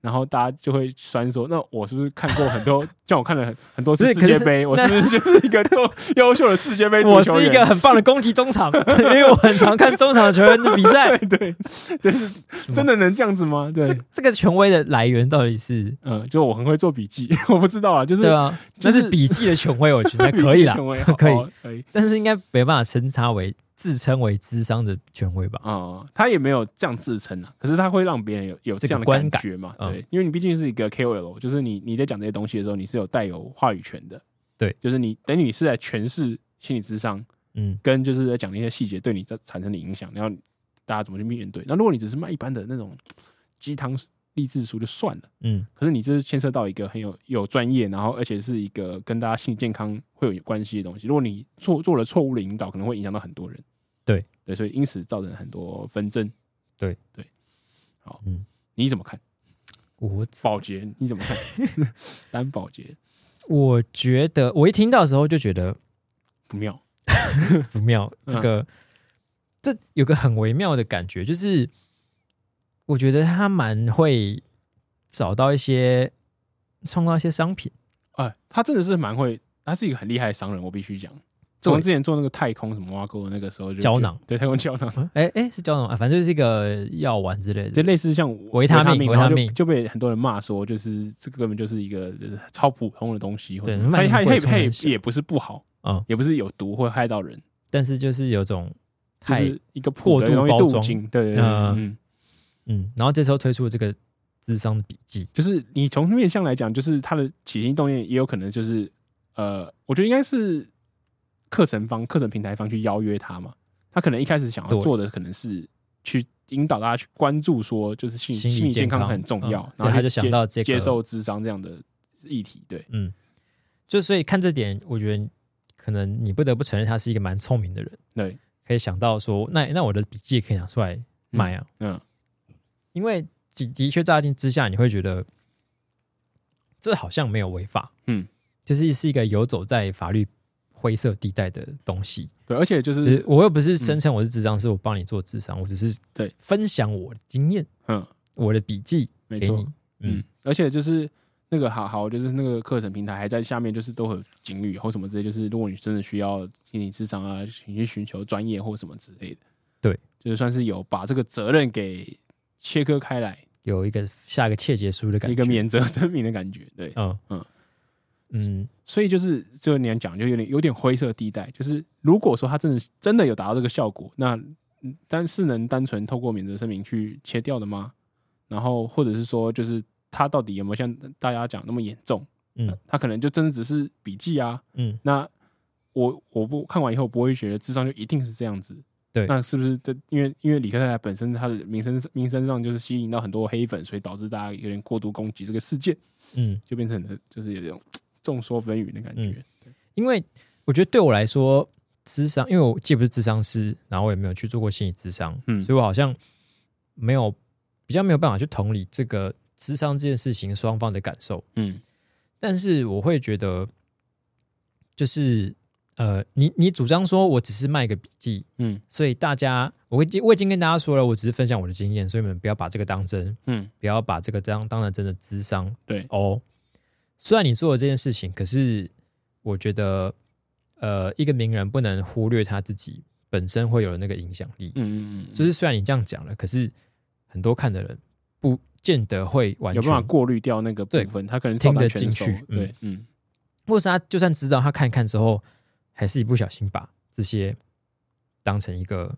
[SPEAKER 2] 然后大家就会酸说：“那我是不是看过很多？像我看了很 很多次
[SPEAKER 1] 不
[SPEAKER 2] 世
[SPEAKER 1] 是可是
[SPEAKER 2] 界杯，我是
[SPEAKER 1] 那
[SPEAKER 2] 不是就是一个做 优秀的世界杯足
[SPEAKER 1] 我
[SPEAKER 2] 球
[SPEAKER 1] 是一
[SPEAKER 2] 员？”
[SPEAKER 1] 个很棒的攻击中场， 因为我很常看中场球员的比赛。
[SPEAKER 2] 对对，就是真
[SPEAKER 1] 的，
[SPEAKER 2] 的能这样子吗？对，
[SPEAKER 1] 这这个权威的来源到底是？
[SPEAKER 2] 嗯，就我很会做笔记， 我不知道啊，就是
[SPEAKER 1] 对啊，
[SPEAKER 2] 就
[SPEAKER 1] 就是是笔记的权威，我觉得
[SPEAKER 2] 笔记
[SPEAKER 1] 可以啦
[SPEAKER 2] 权，威好
[SPEAKER 1] 可以
[SPEAKER 2] 哦可以。
[SPEAKER 1] 但是应该没办法称它为自称为智商的权威 吧？
[SPEAKER 2] 哦，他也没有这样自称啊，可是他会让别人有有
[SPEAKER 1] 这个
[SPEAKER 2] 这样的
[SPEAKER 1] 观
[SPEAKER 2] 感
[SPEAKER 1] 感
[SPEAKER 2] 觉嘛？
[SPEAKER 1] 嗯
[SPEAKER 2] 对，因为你毕竟是一个 KOL，就是你你在讲这些东西的时候，你是有带有话语权的。
[SPEAKER 1] 对，
[SPEAKER 2] 就是你等于你是在诠释心理智商，
[SPEAKER 1] 嗯，
[SPEAKER 2] 跟就是在讲那些细节对你在产生的影响，然后大家怎么去面对。那如果你只是卖一般的那种鸡汤励志书就算了，
[SPEAKER 1] 嗯，
[SPEAKER 2] 可是你这是牵涉到一个很有有专业，然后而且是一个跟大家心理健康会有关系的东西。如果你做做了错误的引导，可能会影响到很多人。
[SPEAKER 1] 对
[SPEAKER 2] 对，所以因此造成很多纷争。
[SPEAKER 1] 对
[SPEAKER 2] 对，好，
[SPEAKER 1] 嗯
[SPEAKER 2] 你怎么看？
[SPEAKER 1] 我
[SPEAKER 2] 保洁你怎 么看？单保洁
[SPEAKER 1] 我觉得我一听到的时候就觉 得
[SPEAKER 2] 不妙，
[SPEAKER 1] 不妙，
[SPEAKER 2] 嗯
[SPEAKER 1] 这个、这有个很微妙的感觉，就是我觉得他蛮会找到一些创造一些商品，
[SPEAKER 2] 哎、他真的是蛮会，他是一个很厉害的商人，我必须讲。从我
[SPEAKER 1] 对
[SPEAKER 2] 之前做那个太空什么挖沟的那个时候就，
[SPEAKER 1] 胶囊，
[SPEAKER 2] 对太空胶囊，
[SPEAKER 1] 哎哎是叫什么？啊反正就是一个药丸之类
[SPEAKER 2] 就
[SPEAKER 1] 的，
[SPEAKER 2] 类似像
[SPEAKER 1] 维他命
[SPEAKER 2] 然
[SPEAKER 1] 维他
[SPEAKER 2] 后就
[SPEAKER 1] 命
[SPEAKER 2] 就被很多人骂说，就是这个根本就是一个就是超普通的东西，或者
[SPEAKER 1] 对
[SPEAKER 2] 什么它
[SPEAKER 1] 卖
[SPEAKER 2] 它
[SPEAKER 1] 很
[SPEAKER 2] 它
[SPEAKER 1] 贵
[SPEAKER 2] 也它也
[SPEAKER 1] 冲很小
[SPEAKER 2] 也不是不好，
[SPEAKER 1] 嗯，
[SPEAKER 2] 也不是有毒会害到人，
[SPEAKER 1] 但是就是有种
[SPEAKER 2] 就
[SPEAKER 1] 太、
[SPEAKER 2] 是一个普的
[SPEAKER 1] 过度
[SPEAKER 2] 东西
[SPEAKER 1] 包
[SPEAKER 2] 镀
[SPEAKER 1] 装
[SPEAKER 2] 金，对对对，
[SPEAKER 1] 嗯
[SPEAKER 2] 嗯，
[SPEAKER 1] 嗯，然后这时候推出了这个智商的笔记，
[SPEAKER 2] 就是你从面向来讲，就是他的起心动念也有可能就是呃，我觉得应该是课程方、课程平台方去邀约他嘛，他可能一开始想要
[SPEAKER 1] 对
[SPEAKER 2] 做的可能是去引导大家去关注说，就是心理
[SPEAKER 1] 心理
[SPEAKER 2] 心理健
[SPEAKER 1] 健
[SPEAKER 2] 康
[SPEAKER 1] 康
[SPEAKER 2] 很重
[SPEAKER 1] 嗯
[SPEAKER 2] 要，
[SPEAKER 1] 所
[SPEAKER 2] 然
[SPEAKER 1] 以
[SPEAKER 2] 后
[SPEAKER 1] 他
[SPEAKER 2] 去
[SPEAKER 1] 就想
[SPEAKER 2] 接
[SPEAKER 1] 到这个
[SPEAKER 2] 接受智商这样的议题，对。
[SPEAKER 1] 嗯，就所以看这点，我觉得可能你不得不承认他是一个蛮聪明的人，
[SPEAKER 2] 对，
[SPEAKER 1] 可以想到说，那那我的笔记也可以拿出来卖啊，
[SPEAKER 2] 嗯，
[SPEAKER 1] 因为的的确乍听之下你会觉得这好像没有违法，
[SPEAKER 2] 嗯，
[SPEAKER 1] 就是是一个游走在法律灰色地带的东西，
[SPEAKER 2] 对，而且就
[SPEAKER 1] 就是
[SPEAKER 2] 是，
[SPEAKER 1] 我又不是声称我是智商，是我帮你做智商，我只是
[SPEAKER 2] 嗯对
[SPEAKER 1] 分享我的经验、
[SPEAKER 2] 嗯，
[SPEAKER 1] 我的笔记
[SPEAKER 2] 没
[SPEAKER 1] 给
[SPEAKER 2] 错
[SPEAKER 1] 你，，
[SPEAKER 2] 嗯
[SPEAKER 1] 嗯，
[SPEAKER 2] 而且就是那个好好，就是那个课程平台还在下面，就是都会有警语或什么之类，就是如果你真的需要心理智商啊，你去寻求专业或什么之类的，
[SPEAKER 1] 对，
[SPEAKER 2] 就是算是有把这个责任给切割开来，
[SPEAKER 1] 有一个下一个切结书的感觉，
[SPEAKER 2] 一个免责声明的感觉，对，
[SPEAKER 1] 嗯
[SPEAKER 2] 嗯
[SPEAKER 1] 嗯嗯，
[SPEAKER 2] 所以就是就你要讲，就有点有点灰色地带，就是如果说他真的真的有达到这个效果，那嗯但是能单纯透过免责声明去切掉的吗？然后或者是说，就是他到底有没有像大家讲那么严重？
[SPEAKER 1] 嗯
[SPEAKER 2] 他可能就真的只是笔记啊。
[SPEAKER 1] 嗯，
[SPEAKER 2] 那我我不看完以后不会觉得智商就一定是这样子。
[SPEAKER 1] 对
[SPEAKER 2] 那是不是这因为因为李克太太本身她的名声名声上就是吸引到很多黑粉，所以导致大家有点过度攻击这个事件，
[SPEAKER 1] 嗯，
[SPEAKER 2] 就变成了就是有点众说纷纭的感觉。
[SPEAKER 1] 因为我觉得对我来说，智商，因为我既不是智商师，然后我也没有去做过心理智商，
[SPEAKER 2] 嗯
[SPEAKER 1] 所以我好像没有比较没有办法去同理这个智商这件事情双方的感受，
[SPEAKER 2] 嗯
[SPEAKER 1] 但是我会觉得，就是呃，你你主张说我只是卖个笔记，
[SPEAKER 2] 嗯
[SPEAKER 1] 所以大家我会我已经跟大家说了，我只是分享我的经验，所以你们不要把这个当真，
[SPEAKER 2] 嗯，
[SPEAKER 1] 不要把这个当当成真的智商
[SPEAKER 2] 对，
[SPEAKER 1] 哦。虽然你做了这件事情，可是我觉得，呃，一个名人不能忽略他自己本身会有的那个影响力。
[SPEAKER 2] 嗯嗯嗯，
[SPEAKER 1] 就是虽然你这样讲了，可是很多看的人不见得会完
[SPEAKER 2] 有
[SPEAKER 1] 全
[SPEAKER 2] 办法过滤掉那个部
[SPEAKER 1] 对
[SPEAKER 2] 分，他可能
[SPEAKER 1] 听
[SPEAKER 2] 照单
[SPEAKER 1] 得
[SPEAKER 2] 全
[SPEAKER 1] 进
[SPEAKER 2] 收
[SPEAKER 1] 去嗯
[SPEAKER 2] 对，嗯
[SPEAKER 1] 或是他就算知道，他看一看之后，还是一不小心把这些当成一个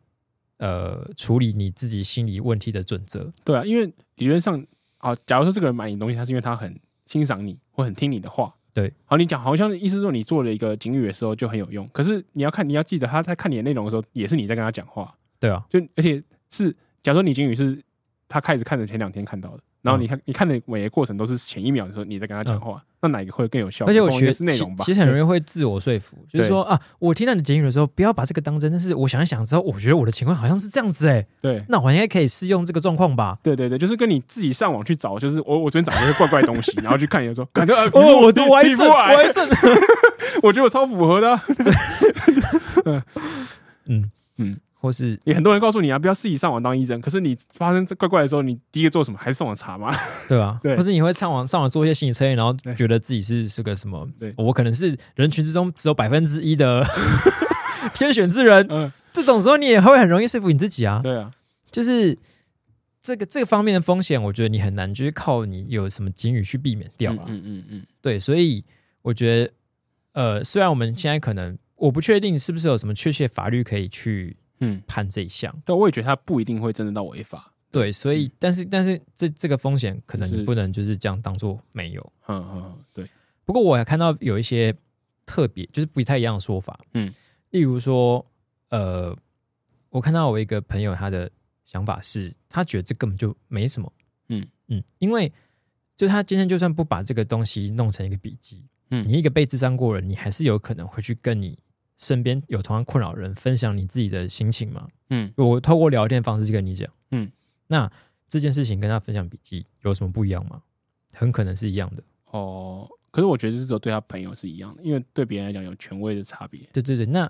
[SPEAKER 1] 呃处理你自己心理问题的准则。
[SPEAKER 2] 对啊，因为理论上啊，假如说这个人买你东西，他是因为他很欣赏你或很听你的话，
[SPEAKER 1] 对。
[SPEAKER 2] 好，你讲好像意思说你做了一个警语的时候就很有用，可是你要看你要记得他在看你的内容的时候，也是你在跟他讲话，
[SPEAKER 1] 对啊，
[SPEAKER 2] 就而且是假如说你警语是他开始看的前两天看到的，
[SPEAKER 1] 嗯
[SPEAKER 2] 然后你看、你看的每个过程都是前一秒的时候你在跟他讲话，那哪一个会更有效？
[SPEAKER 1] 而且我
[SPEAKER 2] 觉
[SPEAKER 1] 觉
[SPEAKER 2] 得
[SPEAKER 1] 得
[SPEAKER 2] 是内容吧，
[SPEAKER 1] 其实很容
[SPEAKER 2] 易
[SPEAKER 1] 易会自我说服，就是
[SPEAKER 2] 对
[SPEAKER 1] 说啊，我听到你的警语的时候，不要把这个当真。但是我想一想之后，我觉得我的情况好像是这样子哎、
[SPEAKER 2] 对。
[SPEAKER 1] 那我应该可以适用这个状况吧？
[SPEAKER 2] 对对对，就是跟你自己上网去找，就是我我昨天找了一些怪怪的东西，然后去看人家 说，感觉呃
[SPEAKER 1] 哦，我的
[SPEAKER 2] 皮肤
[SPEAKER 1] 歪
[SPEAKER 2] 皮肤
[SPEAKER 1] 症，
[SPEAKER 2] 癌
[SPEAKER 1] 歪 症。
[SPEAKER 2] 我觉得我超符合的啊、
[SPEAKER 1] 嗯
[SPEAKER 2] 嗯
[SPEAKER 1] 嗯，或是
[SPEAKER 2] 也很多人告诉你啊，不要自己上网当医生。可是你发生这怪怪的时候，你第一个做什么？还是上网查嘛？
[SPEAKER 1] 对吧、
[SPEAKER 2] 对
[SPEAKER 1] 或是你会上网上网做一些心理测验，然后
[SPEAKER 2] 对
[SPEAKER 1] 觉得自己是是个什么？
[SPEAKER 2] 对
[SPEAKER 1] 我可能是人群之中只有百分之一的 天选之人。
[SPEAKER 2] 嗯，
[SPEAKER 1] 这种时候你也会很容易说服你自己啊。
[SPEAKER 2] 对啊，
[SPEAKER 1] 就是这个这个方面的风险，我觉得你很难就是靠你有什么警语去避免掉
[SPEAKER 2] 嗯
[SPEAKER 1] 啊。
[SPEAKER 2] 嗯嗯嗯，
[SPEAKER 1] 对，所以我觉得，呃，虽然我们现在可能我不确定是不是有什么确切法律可以去
[SPEAKER 2] 嗯，
[SPEAKER 1] 判这一项，
[SPEAKER 2] 但我也觉得他不一定会真的到违法。
[SPEAKER 1] 对，所以但是但是这这个风险可能
[SPEAKER 2] 嗯就是
[SPEAKER 1] 你不能就是这样当做没有。
[SPEAKER 2] 嗯嗯，嗯对，
[SPEAKER 1] 不过我也看到有一些特别就是不太一样的说法，
[SPEAKER 2] 嗯，
[SPEAKER 1] 例如说，呃，我看到我一个朋友他的想法是，他觉得这根本就没什么，
[SPEAKER 2] 嗯
[SPEAKER 1] 嗯，因为就他今天就算不把这个东西弄成一个笔记，
[SPEAKER 2] 嗯
[SPEAKER 1] 你一个被智商过的人，你还是有可能会去跟你身边有同样困扰的人分享你自己的心情嘛。
[SPEAKER 2] 嗯
[SPEAKER 1] 我透过聊天方式去跟你讲，
[SPEAKER 2] 嗯，
[SPEAKER 1] 那这件事情跟他分享笔记有什么不一样吗？很可能是一样的。
[SPEAKER 2] 哦。可是我觉得是只有对他朋友是一样的，因为对别人来讲有权威的差别。
[SPEAKER 1] 对对对，那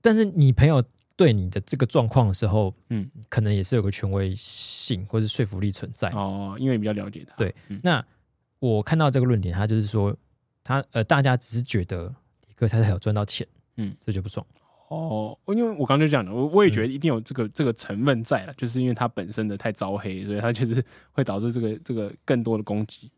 [SPEAKER 1] 但是你朋友对你的这个状况的时候，
[SPEAKER 2] 嗯，
[SPEAKER 1] 可能也是有个权威性或是说服力存在。
[SPEAKER 2] 哦，因为你比较了解他。
[SPEAKER 1] 对
[SPEAKER 2] 嗯
[SPEAKER 1] 那我看到这个论点，他就是说，他呃，大家只是觉得李克他有赚到钱，
[SPEAKER 2] 嗯，
[SPEAKER 1] 这就不爽。
[SPEAKER 2] 哦，因为我刚刚就讲了，我我也觉得一定有这个、这个成分在了，就是因为他本身的太招黑，所以他就是会导致这个这个更多的攻击。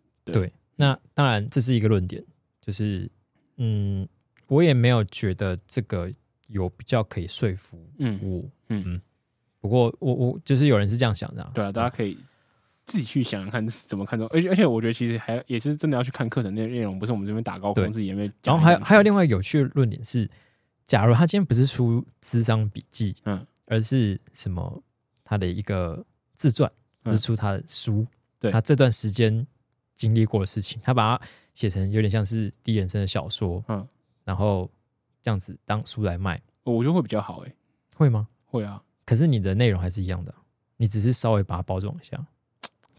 [SPEAKER 1] 那当然这是一个论点，就是嗯，我也没有觉得这个有比较可以说服
[SPEAKER 2] 嗯，
[SPEAKER 1] 我，
[SPEAKER 2] 嗯
[SPEAKER 1] 不过我我就是有人是这样想的、啊，
[SPEAKER 2] 对啊，大家可以自己去想想看是怎么看中，而且而且我觉得其实还也是真的要去看课程内内容，不是我们这边打高
[SPEAKER 1] 对
[SPEAKER 2] 空自己也没有
[SPEAKER 1] 然
[SPEAKER 2] 讲
[SPEAKER 1] 后
[SPEAKER 2] 来讲去。
[SPEAKER 1] 还有还有另外有趣的论点是，假如他今天不是出智商笔记，
[SPEAKER 2] 嗯，
[SPEAKER 1] 而是什么他的一个自传，就
[SPEAKER 2] 嗯
[SPEAKER 1] 是出他的书，
[SPEAKER 2] 对
[SPEAKER 1] 他这段时间经历过的事情，他把它写成有点像是第一人称的小说，
[SPEAKER 2] 嗯，
[SPEAKER 1] 然后这样子当书来卖，
[SPEAKER 2] 我觉得会比较好诶、
[SPEAKER 1] 会吗？
[SPEAKER 2] 会啊。
[SPEAKER 1] 可是你的内容还是一样的，你只是稍微把它包装一下，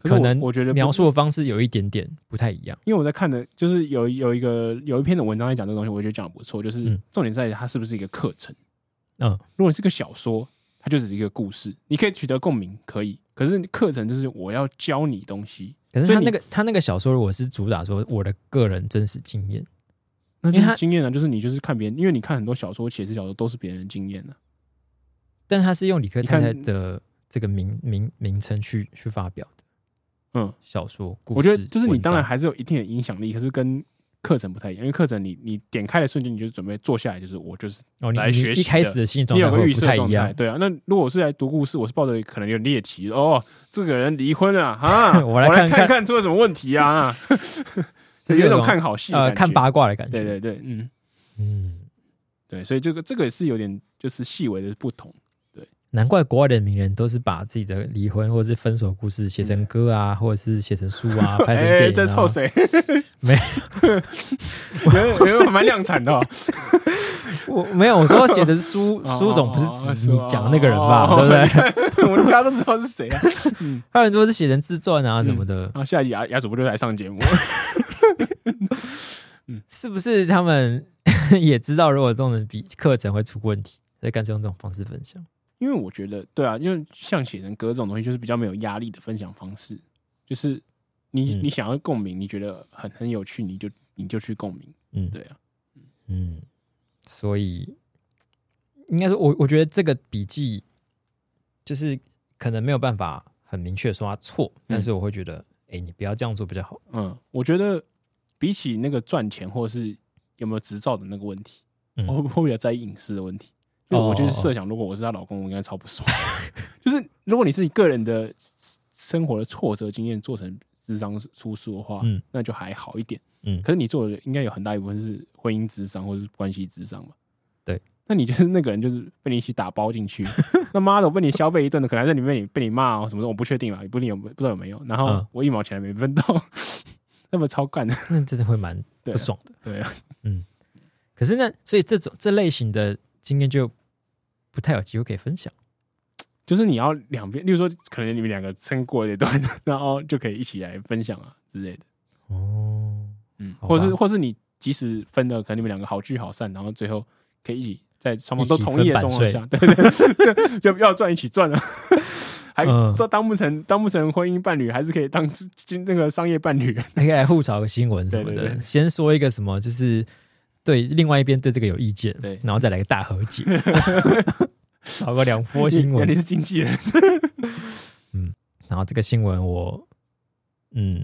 [SPEAKER 2] 可是
[SPEAKER 1] 可
[SPEAKER 2] 我
[SPEAKER 1] 能
[SPEAKER 2] 我觉得不
[SPEAKER 1] 描述的方式有一点点不太一样。
[SPEAKER 2] 因为我在看的，就是有有一个有一篇的文章在讲这个东西，我觉得讲的不错，就是
[SPEAKER 1] 嗯
[SPEAKER 2] 重点在于它是不是一个课程。
[SPEAKER 1] 嗯，
[SPEAKER 2] 如果你是个小说，它就只是一个故事，你可以取得共鸣，可以。可是课程就是我要教你东西，
[SPEAKER 1] 可是
[SPEAKER 2] 所以
[SPEAKER 1] 他
[SPEAKER 2] 你
[SPEAKER 1] 那个他那个小说，我是主打说我的个人真实经验。
[SPEAKER 2] 那就
[SPEAKER 1] 因为
[SPEAKER 2] 是
[SPEAKER 1] 它
[SPEAKER 2] 经验啊，就是你就是看别人，因为你看很多小说、写实小说都是别人的经验啊。
[SPEAKER 1] 但他是用理科太太
[SPEAKER 2] 你看
[SPEAKER 1] 的这个名名名称去去发表的
[SPEAKER 2] 嗯，
[SPEAKER 1] 小说故事。
[SPEAKER 2] 我觉得就是你
[SPEAKER 1] 文章
[SPEAKER 2] 当然还是有一定的影响力，可是跟课程不太一样，因为课程你你点开的瞬间，你就准备坐下来，就是我就是
[SPEAKER 1] 哦，你
[SPEAKER 2] 来
[SPEAKER 1] 你
[SPEAKER 2] 学习
[SPEAKER 1] 一开始的心理
[SPEAKER 2] 你
[SPEAKER 1] 状态
[SPEAKER 2] 有个
[SPEAKER 1] 会
[SPEAKER 2] 预
[SPEAKER 1] 不
[SPEAKER 2] 设
[SPEAKER 1] 太
[SPEAKER 2] 状
[SPEAKER 1] 一
[SPEAKER 2] 态，
[SPEAKER 1] 样。
[SPEAKER 2] 对啊。那如果我是来读故事，我是抱着可能有猎奇哦，这个人离婚了 啊，
[SPEAKER 1] 我来
[SPEAKER 2] 来
[SPEAKER 1] 看看
[SPEAKER 2] 看出了什么问 题啊，
[SPEAKER 1] 就是
[SPEAKER 2] 有
[SPEAKER 1] 有
[SPEAKER 2] 一种
[SPEAKER 1] 种
[SPEAKER 2] 看好戏的
[SPEAKER 1] 呃
[SPEAKER 2] 感
[SPEAKER 1] 看
[SPEAKER 2] 觉
[SPEAKER 1] 八卦的感觉。
[SPEAKER 2] 对对对，嗯，
[SPEAKER 1] 嗯，
[SPEAKER 2] 对，所以这个这个也是有点就是细微的不同，
[SPEAKER 1] 难怪国外的名人都是把自己的离婚或者是分手故事写成歌啊，或者是写成书 啊，拍成
[SPEAKER 2] 哎，
[SPEAKER 1] 电影
[SPEAKER 2] 在
[SPEAKER 1] 啊
[SPEAKER 2] 臭。谁？
[SPEAKER 1] 没
[SPEAKER 2] 有， 有有蛮量产的哦，
[SPEAKER 1] 我没有，我说写成书
[SPEAKER 2] 哦
[SPEAKER 1] 书总不是指你讲的那个人吧？
[SPEAKER 2] 哦
[SPEAKER 1] 对不对？
[SPEAKER 2] 我们大家都知道是谁啊。
[SPEAKER 1] 还有人说是写成自传啊什么的。
[SPEAKER 2] 然后下一集雅雅主播就来上节目，
[SPEAKER 1] 是不是他们 也知道，如果这种比课程会出问题，所以干脆用这种方式分享？
[SPEAKER 2] 因为我觉得，对啊，因为像写成歌这种东西，就是比较没有压力的分享方式，就是你、
[SPEAKER 1] 嗯
[SPEAKER 2] 你想要共鸣，你觉得很很有趣，你就你就去共鸣，
[SPEAKER 1] 嗯，
[SPEAKER 2] 对啊，
[SPEAKER 1] 嗯，所以应该说我，我觉得这个笔记就是可能没有办法很明确说它错，但是我会觉得，哎、你不要这样做比较好。
[SPEAKER 2] 嗯，我觉得比起那个赚钱或者是有没有执照的那个问题，
[SPEAKER 1] 嗯哦
[SPEAKER 2] 我会会比较在意隐私的问题，因为我就是设想，如果我是她老公，我应该超不爽。 就是如果你是你个人的生活的挫折经验做成智商出书的话，
[SPEAKER 1] 嗯
[SPEAKER 2] 那就还好一点。
[SPEAKER 1] 嗯
[SPEAKER 2] 可是你做的应该有很大一部分是婚姻智商或者是关系智商嘛？
[SPEAKER 1] 对，
[SPEAKER 2] 那你就是那个人，就是被你一起打包 进去。那妈的，我被你消费一顿的，可能还在里面你被你骂哦什么的，我不确定啦，也不一定有不知道有没有。然后
[SPEAKER 1] 嗯
[SPEAKER 2] 我一毛钱也没分到，那么超干的，
[SPEAKER 1] 那真的会蛮
[SPEAKER 2] 对
[SPEAKER 1] 不
[SPEAKER 2] 啊
[SPEAKER 1] 爽的。
[SPEAKER 2] 对啊，
[SPEAKER 1] 嗯，可是呢，所以这种这类型的经验就不太有机会可以分享。
[SPEAKER 2] 就是你要两边，例如说，可能你们两个撑过了一段， 然后就可以一起来分享啊之类的。
[SPEAKER 1] 哦，
[SPEAKER 2] 嗯，
[SPEAKER 1] 好
[SPEAKER 2] 或是
[SPEAKER 1] 吧
[SPEAKER 2] 或是你即使分了，可能你们两个好聚好散，然后最后可以一起在双方都同意的状况
[SPEAKER 3] 一起
[SPEAKER 2] 下，对 对对，就就要赚一起赚了。啊 还
[SPEAKER 1] 嗯
[SPEAKER 2] 说当不成当不成婚姻伴侣，还是可以当那个商业伴侣。
[SPEAKER 1] 可以来互炒个新闻什么的。
[SPEAKER 2] 对对对
[SPEAKER 1] 先说一个什么，就是对另外一边对这个有意见，
[SPEAKER 2] 对
[SPEAKER 1] 然后再来个大和 解，炒个两波
[SPEAKER 2] 你
[SPEAKER 1] 新闻
[SPEAKER 2] 你。是经纪人，
[SPEAKER 1] 然后这个新闻我，嗯，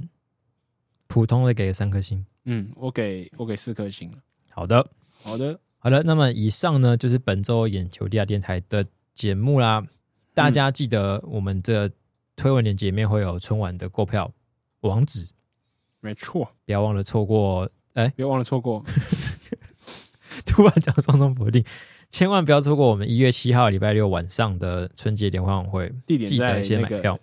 [SPEAKER 1] 普通的给了三颗星。
[SPEAKER 2] 嗯，我给我给四颗星了。
[SPEAKER 1] 好的，
[SPEAKER 2] 好的，
[SPEAKER 1] 好了，那么以上呢就是本周眼球地下电台的节目啦。大家记得我们的推文链接里面会有春晚的购票网址，
[SPEAKER 2] 没错，
[SPEAKER 1] 不要忘了错过。哦
[SPEAKER 2] 别忘了错过。
[SPEAKER 1] 突然讲双重否定，千万不要错过我们一月七号礼拜六晚上的春节联欢晚会，
[SPEAKER 2] 地
[SPEAKER 1] 记
[SPEAKER 2] 点在
[SPEAKER 1] 得先
[SPEAKER 2] 那
[SPEAKER 1] 买
[SPEAKER 2] 个
[SPEAKER 1] 票。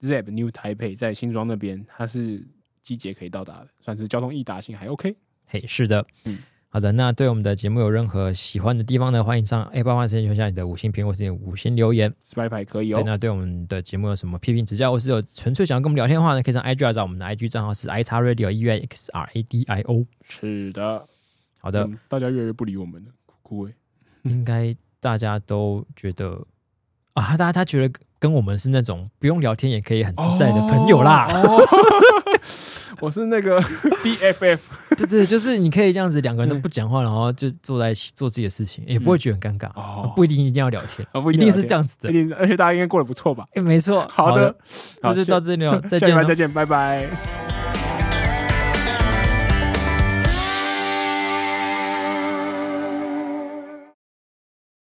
[SPEAKER 2] Zeb New Taipei 在新庄那边，它是季节可以到达的，算是交通易达性还 OK。
[SPEAKER 1] 嘿，是的，
[SPEAKER 2] 嗯
[SPEAKER 1] 好的。那对我们的节目有任何喜欢的地方呢，欢迎上 A 八万时间留下你的五星评论或是你的五星留言。
[SPEAKER 2] Spy 牌可以
[SPEAKER 1] 对，
[SPEAKER 2] 哦，
[SPEAKER 1] 那对我们的节目有什么批评指教，或是有纯粹想要跟我们聊天的话呢，可以上 IG 来找我们的 IG 账号是 i x radio e u x r a d i o。
[SPEAKER 2] 是的。
[SPEAKER 1] 好的，
[SPEAKER 2] 嗯大家越来越不理我们了，哭哭欸
[SPEAKER 1] 应该大家都觉得啊，大家他觉得跟我们是那种不用聊天也可以很自哦在的朋友啦。
[SPEAKER 2] 哦 我是那 个 BFF
[SPEAKER 1] 对对，就是你可以这样子，两个人都
[SPEAKER 2] 对
[SPEAKER 1] 不讲话，然后就坐在一起做自己的事情，也不会觉得很尴尬。
[SPEAKER 2] 哦
[SPEAKER 1] 不一定一定要聊天，
[SPEAKER 2] 啊，不
[SPEAKER 1] 一
[SPEAKER 2] 定
[SPEAKER 1] 定
[SPEAKER 2] 啊
[SPEAKER 1] 是这，样子
[SPEAKER 2] 对
[SPEAKER 1] 的
[SPEAKER 2] 一。定是，而且大家应该过得不错吧？
[SPEAKER 1] 哎，没错，
[SPEAKER 2] 好的，
[SPEAKER 1] 那就
[SPEAKER 2] 好
[SPEAKER 1] 到这里了，再哦见
[SPEAKER 2] 下下礼拜
[SPEAKER 1] 喽。
[SPEAKER 2] 再见，拜拜。